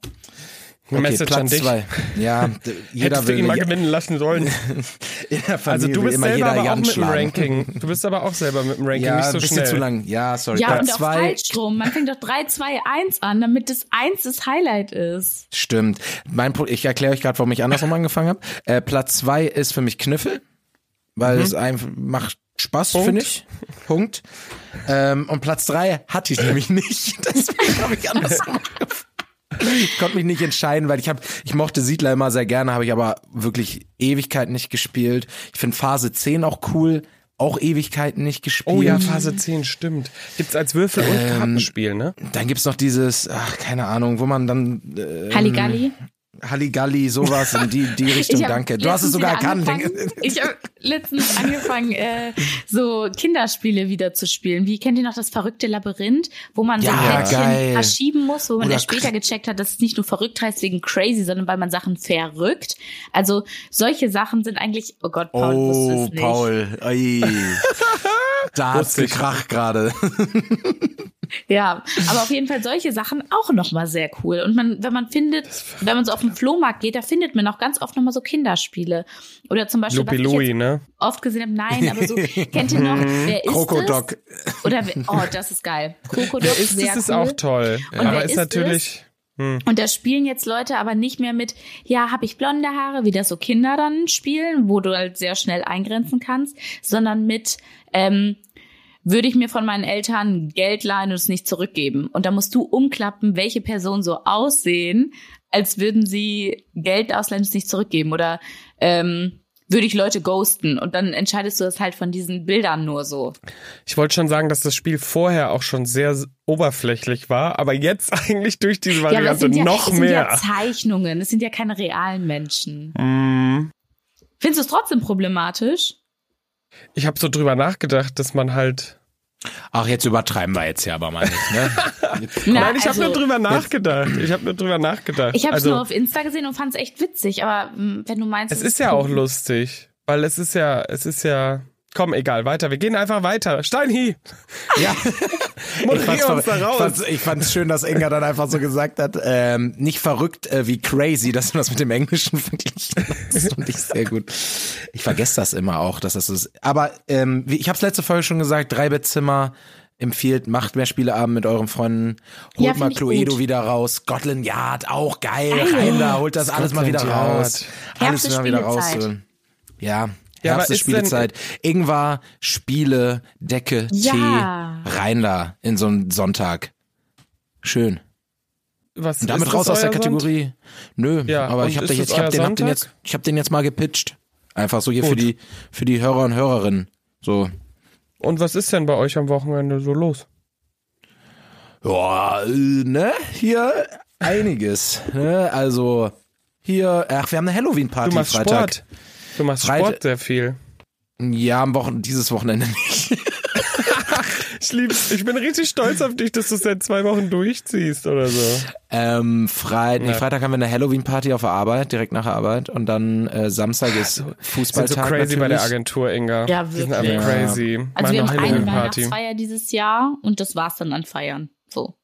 [SPEAKER 2] okay,
[SPEAKER 3] Message
[SPEAKER 2] Platz
[SPEAKER 3] an dich.
[SPEAKER 2] zwei. Ja, d- jeder
[SPEAKER 3] Hättest du
[SPEAKER 2] will
[SPEAKER 3] ihn mal
[SPEAKER 2] ja-
[SPEAKER 3] gewinnen lassen sollen.
[SPEAKER 2] in der Familie
[SPEAKER 3] Also du bist
[SPEAKER 2] immer
[SPEAKER 3] selber
[SPEAKER 2] jeder
[SPEAKER 3] aber
[SPEAKER 2] Jan
[SPEAKER 3] auch mit dem
[SPEAKER 2] schlagen.
[SPEAKER 3] Ranking. Du bist aber auch selber mit dem Ranking
[SPEAKER 2] Ja,
[SPEAKER 3] nicht so
[SPEAKER 2] ein bisschen
[SPEAKER 3] schnell.
[SPEAKER 2] zu lang. Ja, sorry.
[SPEAKER 1] ja, und
[SPEAKER 2] Platz
[SPEAKER 1] auch
[SPEAKER 2] zwei,
[SPEAKER 1] Falschstrom. Man fängt doch 3, 2, 1 an, damit das 1 das Highlight ist.
[SPEAKER 2] stimmt. Mein Pro ich erkläre euch gerade, warum ich andersrum angefangen habe. Äh, Platz zwei ist für mich Kniffel, weil es einfach macht Spaß,
[SPEAKER 3] Mhm. Punkt.
[SPEAKER 2] finde ich. Punkt. Ähm, und Platz drei hatte ich nämlich nicht. Deswegen habe ich andersrum angefangen. Ich konnte mich nicht entscheiden, weil ich habe, ich mochte Siedler immer sehr gerne, habe ich aber wirklich Ewigkeiten nicht gespielt. Ich finde Phase 10 auch cool, auch Ewigkeiten nicht gespielt.
[SPEAKER 3] Oh ja, Phase 10, stimmt. Gibt's als Würfel- und
[SPEAKER 2] Ähm,
[SPEAKER 3] Kartenspiel, ne?
[SPEAKER 2] Dann gibt's noch dieses, ach, keine Ahnung, wo man dann äh,
[SPEAKER 1] Halligalli.
[SPEAKER 2] Halligalli, sowas in die, die Richtung,
[SPEAKER 1] hab
[SPEAKER 2] danke. Du hast
[SPEAKER 1] letztens
[SPEAKER 2] es sogar
[SPEAKER 1] wieder
[SPEAKER 2] erkannt.
[SPEAKER 1] angefangen- Ich habe letztens angefangen, äh, so Kinderspiele wieder zu spielen. Wie kennt ihr noch das verrückte Labyrinth, wo man so
[SPEAKER 2] Ja,
[SPEAKER 1] ein Plättchen
[SPEAKER 2] geil.
[SPEAKER 1] verschieben muss, wo man
[SPEAKER 2] Oder
[SPEAKER 1] erst später gecheckt hat, dass es nicht nur verrückt heißt wegen crazy, sondern weil man Sachen verrückt. Also solche Sachen sind eigentlich, oh Gott, Paul wusste es
[SPEAKER 2] Oh,
[SPEAKER 1] nicht.
[SPEAKER 2] Paul. Ui. Da hat's
[SPEAKER 3] Wusste ich.
[SPEAKER 2] gekracht gerade.
[SPEAKER 1] Ja, aber auf jeden Fall solche Sachen auch nochmal sehr cool. Und man, wenn man findet, wenn man so auf den Flohmarkt geht, da findet man auch ganz oft nochmal so Kinderspiele. Oder zum Beispiel,
[SPEAKER 3] Lupi
[SPEAKER 1] was ich
[SPEAKER 3] Louie,
[SPEAKER 1] jetzt
[SPEAKER 3] ne?
[SPEAKER 1] oft gesehen habe, nein, aber so, kennt ihr noch, wer ist
[SPEAKER 2] Krokodok.
[SPEAKER 1] es? Oder wer, oh, das ist geil. Krokodok,
[SPEAKER 3] Ist,
[SPEAKER 1] sehr
[SPEAKER 3] das ist
[SPEAKER 1] cool.
[SPEAKER 3] auch toll.
[SPEAKER 1] wer
[SPEAKER 3] Aber ist
[SPEAKER 1] ist
[SPEAKER 3] natürlich.
[SPEAKER 1] Und da spielen jetzt Leute aber nicht mehr mit, ja, habe ich blonde Haare, wie das so Kinder dann spielen, wo du halt sehr schnell eingrenzen kannst, sondern mit, ähm, würde ich mir von meinen Eltern Geld leihen und es nicht zurückgeben. Und da musst du umklappen, welche Personen so aussehen, als würden sie Geld ausleihen und es nicht zurückgeben. Oder ähm, würde ich Leute ghosten und dann entscheidest du das halt von diesen Bildern nur so.
[SPEAKER 3] Ich wollte schon sagen, dass das Spiel vorher auch schon sehr s- oberflächlich war, aber jetzt eigentlich durch diese
[SPEAKER 1] ja, aber es
[SPEAKER 3] Variante
[SPEAKER 1] sind ja,
[SPEAKER 3] noch
[SPEAKER 1] es sind ja
[SPEAKER 3] mehr.
[SPEAKER 1] Zeichnungen, es sind ja keine realen Menschen.
[SPEAKER 2] Mhm.
[SPEAKER 3] Mm.
[SPEAKER 1] Findest du es trotzdem problematisch?
[SPEAKER 3] Ich habe so drüber nachgedacht, dass man halt.
[SPEAKER 2] Ach, jetzt übertreiben wir jetzt ja aber mal nicht, ne? Jetzt-
[SPEAKER 1] Na,
[SPEAKER 3] Nein, ich habe
[SPEAKER 1] also-
[SPEAKER 3] nur drüber nachgedacht. Ich habe nur drüber nachgedacht.
[SPEAKER 1] Ich habe es
[SPEAKER 3] also,
[SPEAKER 1] nur auf Insta gesehen und fand es echt witzig, aber mh, wenn du meinst,
[SPEAKER 3] es ist ja auch lustig, weil es ist ja, es ist ja. Komm, egal, weiter. Wir gehen einfach weiter. Steinhi,
[SPEAKER 2] ja. Ich fand's,
[SPEAKER 3] moderier uns
[SPEAKER 2] ver-
[SPEAKER 3] da
[SPEAKER 2] ich,
[SPEAKER 3] raus.
[SPEAKER 2] fand's, ich fand's schön, dass Inga dann einfach so gesagt hat, ähm, nicht verrückt äh, wie crazy, dass du das mit dem Englischen verglichen hast. Das fand ich sehr gut. Ich vergesse das immer auch, dass das ist. Aber ähm, wie- ich habe es letzte Folge schon gesagt, Dreibettzimmer empfiehlt, macht mehr Spieleabend mit euren Freunden, holt
[SPEAKER 1] Ja, find
[SPEAKER 2] mal
[SPEAKER 1] ich
[SPEAKER 2] Cluedo
[SPEAKER 1] gut.
[SPEAKER 2] wieder raus, Scotland Yard, auch geil, rein da, holt das alles mal wieder
[SPEAKER 3] Scotland Yard.
[SPEAKER 2] raus. Alles
[SPEAKER 1] Herbst ist
[SPEAKER 2] mal wieder raus.
[SPEAKER 1] Spielezeit.
[SPEAKER 2] Ja,
[SPEAKER 3] Ja, aber
[SPEAKER 2] Herbst ist
[SPEAKER 3] ist denn-
[SPEAKER 2] Spielezeit. Ingwer, Spiele, Decke,
[SPEAKER 1] Ja.
[SPEAKER 2] Tee, rein da in so einen Sonntag. Schön.
[SPEAKER 3] Was
[SPEAKER 2] Und damit
[SPEAKER 3] ist
[SPEAKER 2] raus
[SPEAKER 3] das
[SPEAKER 2] aus der
[SPEAKER 3] euer
[SPEAKER 2] Kategorie. Nö,
[SPEAKER 3] Ja,
[SPEAKER 2] aber
[SPEAKER 3] und
[SPEAKER 2] ich habe
[SPEAKER 3] ist
[SPEAKER 2] den,
[SPEAKER 3] das
[SPEAKER 2] jetzt- ich hab
[SPEAKER 3] euer
[SPEAKER 2] den, hab den
[SPEAKER 3] Sonntag?
[SPEAKER 2] jetzt, ich hab den jetzt mal gepitcht. Einfach so hier für
[SPEAKER 3] Gut.
[SPEAKER 2] die, für die Hörer und Hörerinnen. So.
[SPEAKER 3] Sonntag? Und was ist denn bei euch am Wochenende so los?
[SPEAKER 2] Ja, äh, ne? Hier einiges. Ne? Also hier, ach, wir haben eine Halloween-Party
[SPEAKER 3] Du machst
[SPEAKER 2] Freitag.
[SPEAKER 3] Sport. Du machst
[SPEAKER 2] Freitag-
[SPEAKER 3] Sport sehr viel.
[SPEAKER 2] Ja, am Wochen dieses Wochenende nicht.
[SPEAKER 3] Ich lieb's. Ich bin richtig stolz auf dich, dass du es seit zwei Wochen durchziehst oder so.
[SPEAKER 2] Ähm, Freit nee,
[SPEAKER 3] Ja.
[SPEAKER 2] Freitag haben wir eine Halloween-Party auf der Arbeit, direkt nach der Arbeit. Und dann äh, Samstag ist
[SPEAKER 3] Sind Ah, so
[SPEAKER 2] Fußballtag.
[SPEAKER 3] crazy bei der
[SPEAKER 2] natürlich.
[SPEAKER 3] Agentur, Inga.
[SPEAKER 1] Ja,
[SPEAKER 3] Die sind
[SPEAKER 1] wirklich.
[SPEAKER 3] einfach
[SPEAKER 2] Ja.
[SPEAKER 3] crazy.
[SPEAKER 1] also wir
[SPEAKER 3] Machen noch
[SPEAKER 1] haben eine
[SPEAKER 3] Halloween-Party.
[SPEAKER 1] Weihnachtsfeier dieses Jahr und das war's dann an Feiern. So.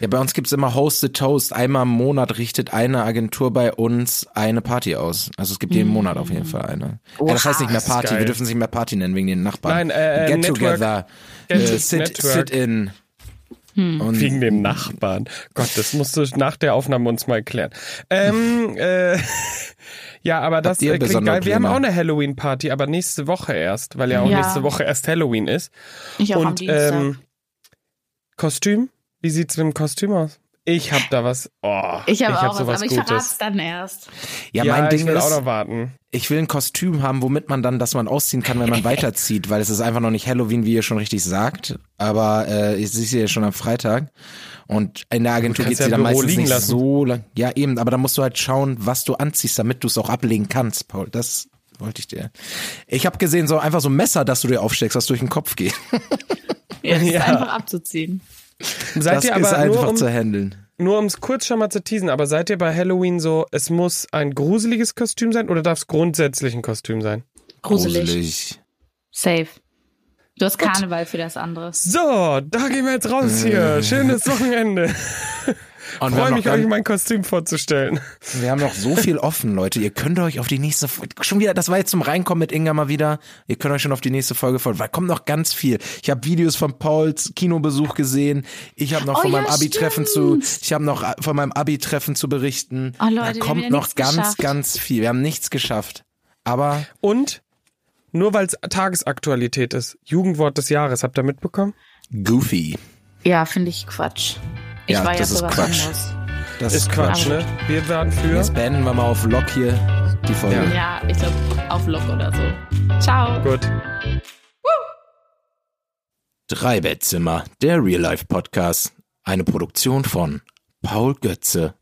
[SPEAKER 2] Ja, bei uns gibt's immer Hosted Toast. Einmal im Monat richtet eine Agentur bei uns eine Party aus. Also es gibt jeden Monat auf jeden Fall eine. Ja, das
[SPEAKER 1] Oha,
[SPEAKER 2] heißt nicht mehr
[SPEAKER 3] Mm. das ist
[SPEAKER 2] Party, wir
[SPEAKER 3] geil.
[SPEAKER 2] dürfen es nicht mehr Party nennen wegen den Nachbarn.
[SPEAKER 3] Nein, äh, äh,
[SPEAKER 2] Get
[SPEAKER 3] Network.
[SPEAKER 2] together, äh,
[SPEAKER 3] Get-
[SPEAKER 2] sit,
[SPEAKER 3] Network.
[SPEAKER 2] sit in. Und
[SPEAKER 3] Wegen den Nachbarn. Gott, das musst du nach der Aufnahme uns mal erklären. Ähm, äh, ja, aber das
[SPEAKER 2] ihr
[SPEAKER 3] äh, klingt
[SPEAKER 2] besondere
[SPEAKER 3] geil. Wir haben
[SPEAKER 2] Pläne?
[SPEAKER 3] auch eine Halloween-Party, aber nächste Woche erst, weil ja auch
[SPEAKER 1] Ja.
[SPEAKER 3] nächste Woche erst Halloween ist.
[SPEAKER 1] Ich auch am
[SPEAKER 3] Und
[SPEAKER 1] Dienstag.
[SPEAKER 3] ähm, Kostüm? Wie sieht's mit dem Kostüm aus? Ich hab da was. Oh,
[SPEAKER 1] ich habe
[SPEAKER 3] hab
[SPEAKER 1] auch was,
[SPEAKER 3] sowas
[SPEAKER 1] aber ich
[SPEAKER 3] Gutes.
[SPEAKER 1] verrat's dann erst.
[SPEAKER 2] ja,
[SPEAKER 3] Ja,
[SPEAKER 2] mein
[SPEAKER 3] ich
[SPEAKER 2] Ding
[SPEAKER 3] will auch
[SPEAKER 2] ist,
[SPEAKER 3] noch warten.
[SPEAKER 2] ich will ein Kostüm haben, womit man dann, dass man ausziehen kann, wenn man weiterzieht, weil es ist einfach noch nicht Halloween, wie ihr schon richtig sagt. Aber äh, ich sehe sie ja schon am Freitag. Und in der Agentur
[SPEAKER 3] Du
[SPEAKER 2] geht
[SPEAKER 3] kannst
[SPEAKER 2] sie
[SPEAKER 3] ja
[SPEAKER 2] dann
[SPEAKER 3] im Büro
[SPEAKER 2] meistens
[SPEAKER 3] liegen
[SPEAKER 2] nicht
[SPEAKER 3] lassen.
[SPEAKER 2] so lang. Ja, eben, aber da musst du halt schauen, was du anziehst, damit du es auch ablegen kannst, Paul. Das wollte ich dir. Ich habe gesehen, so einfach so ein Messer, das du dir aufsteckst, das durch den Kopf geht.
[SPEAKER 1] Ja, das ist
[SPEAKER 3] Ja.
[SPEAKER 1] einfach abzuziehen.
[SPEAKER 3] Seid
[SPEAKER 2] das
[SPEAKER 3] ihr
[SPEAKER 2] ist
[SPEAKER 3] aber nur
[SPEAKER 2] einfach
[SPEAKER 3] um,
[SPEAKER 2] zu handeln.
[SPEAKER 3] Nur um es kurz schon mal zu teasen, aber seid ihr bei Halloween so, es muss ein gruseliges Kostüm sein oder darf es grundsätzlich ein Kostüm sein?
[SPEAKER 1] Gruselig. Safe. Du hast Karneval für das andere.
[SPEAKER 3] So, da gehen wir jetzt raus hier. Schönes Wochenende.
[SPEAKER 2] Und wir
[SPEAKER 3] Freue
[SPEAKER 2] haben,
[SPEAKER 3] mich,
[SPEAKER 2] Äh. noch
[SPEAKER 3] euch
[SPEAKER 2] ganz,
[SPEAKER 3] mein Kostüm vorzustellen.
[SPEAKER 2] wir haben noch so viel offen, Leute. Ihr könnt euch auf die nächste Folge, schon wieder, das war jetzt zum Reinkommen mit Inga mal wieder. Ihr könnt euch schon auf die nächste Folge freuen, weil kommt noch ganz viel. Ich habe Videos von Pauls Kinobesuch gesehen. Ich habe noch
[SPEAKER 1] Oh
[SPEAKER 2] von
[SPEAKER 1] ja,
[SPEAKER 2] meinem Abi-Treffen zu,
[SPEAKER 1] stimmt.
[SPEAKER 2] ich habe noch äh, von meinem Abi-Treffen zu berichten.
[SPEAKER 1] Oh, Leute, wir
[SPEAKER 2] da
[SPEAKER 1] haben
[SPEAKER 2] kommt
[SPEAKER 1] ja
[SPEAKER 2] noch
[SPEAKER 1] nichts
[SPEAKER 2] ganz,
[SPEAKER 1] geschafft.
[SPEAKER 2] ganz viel. Wir haben nichts geschafft. Aber
[SPEAKER 3] Und nur weil es Tagesaktualität ist, Jugendwort des Jahres, habt ihr mitbekommen?
[SPEAKER 2] goofy.
[SPEAKER 1] Ja, finde ich Quatsch. Ich
[SPEAKER 2] Ja,
[SPEAKER 1] war ja
[SPEAKER 2] das ist
[SPEAKER 1] sowas
[SPEAKER 2] Quatsch.
[SPEAKER 1] anderes.
[SPEAKER 2] Das
[SPEAKER 3] Ist Quatsch,
[SPEAKER 1] Quatsch.
[SPEAKER 3] ne? Wir waren für.
[SPEAKER 2] Jetzt beenden wir mal auf Lock hier die Folge.
[SPEAKER 3] Ja.
[SPEAKER 1] Ja, ich glaube auf Lock oder so. Ciao.
[SPEAKER 3] Gut.
[SPEAKER 2] Dreibettzimmer, der Real Life Podcast. Eine Produktion von Paul Götze.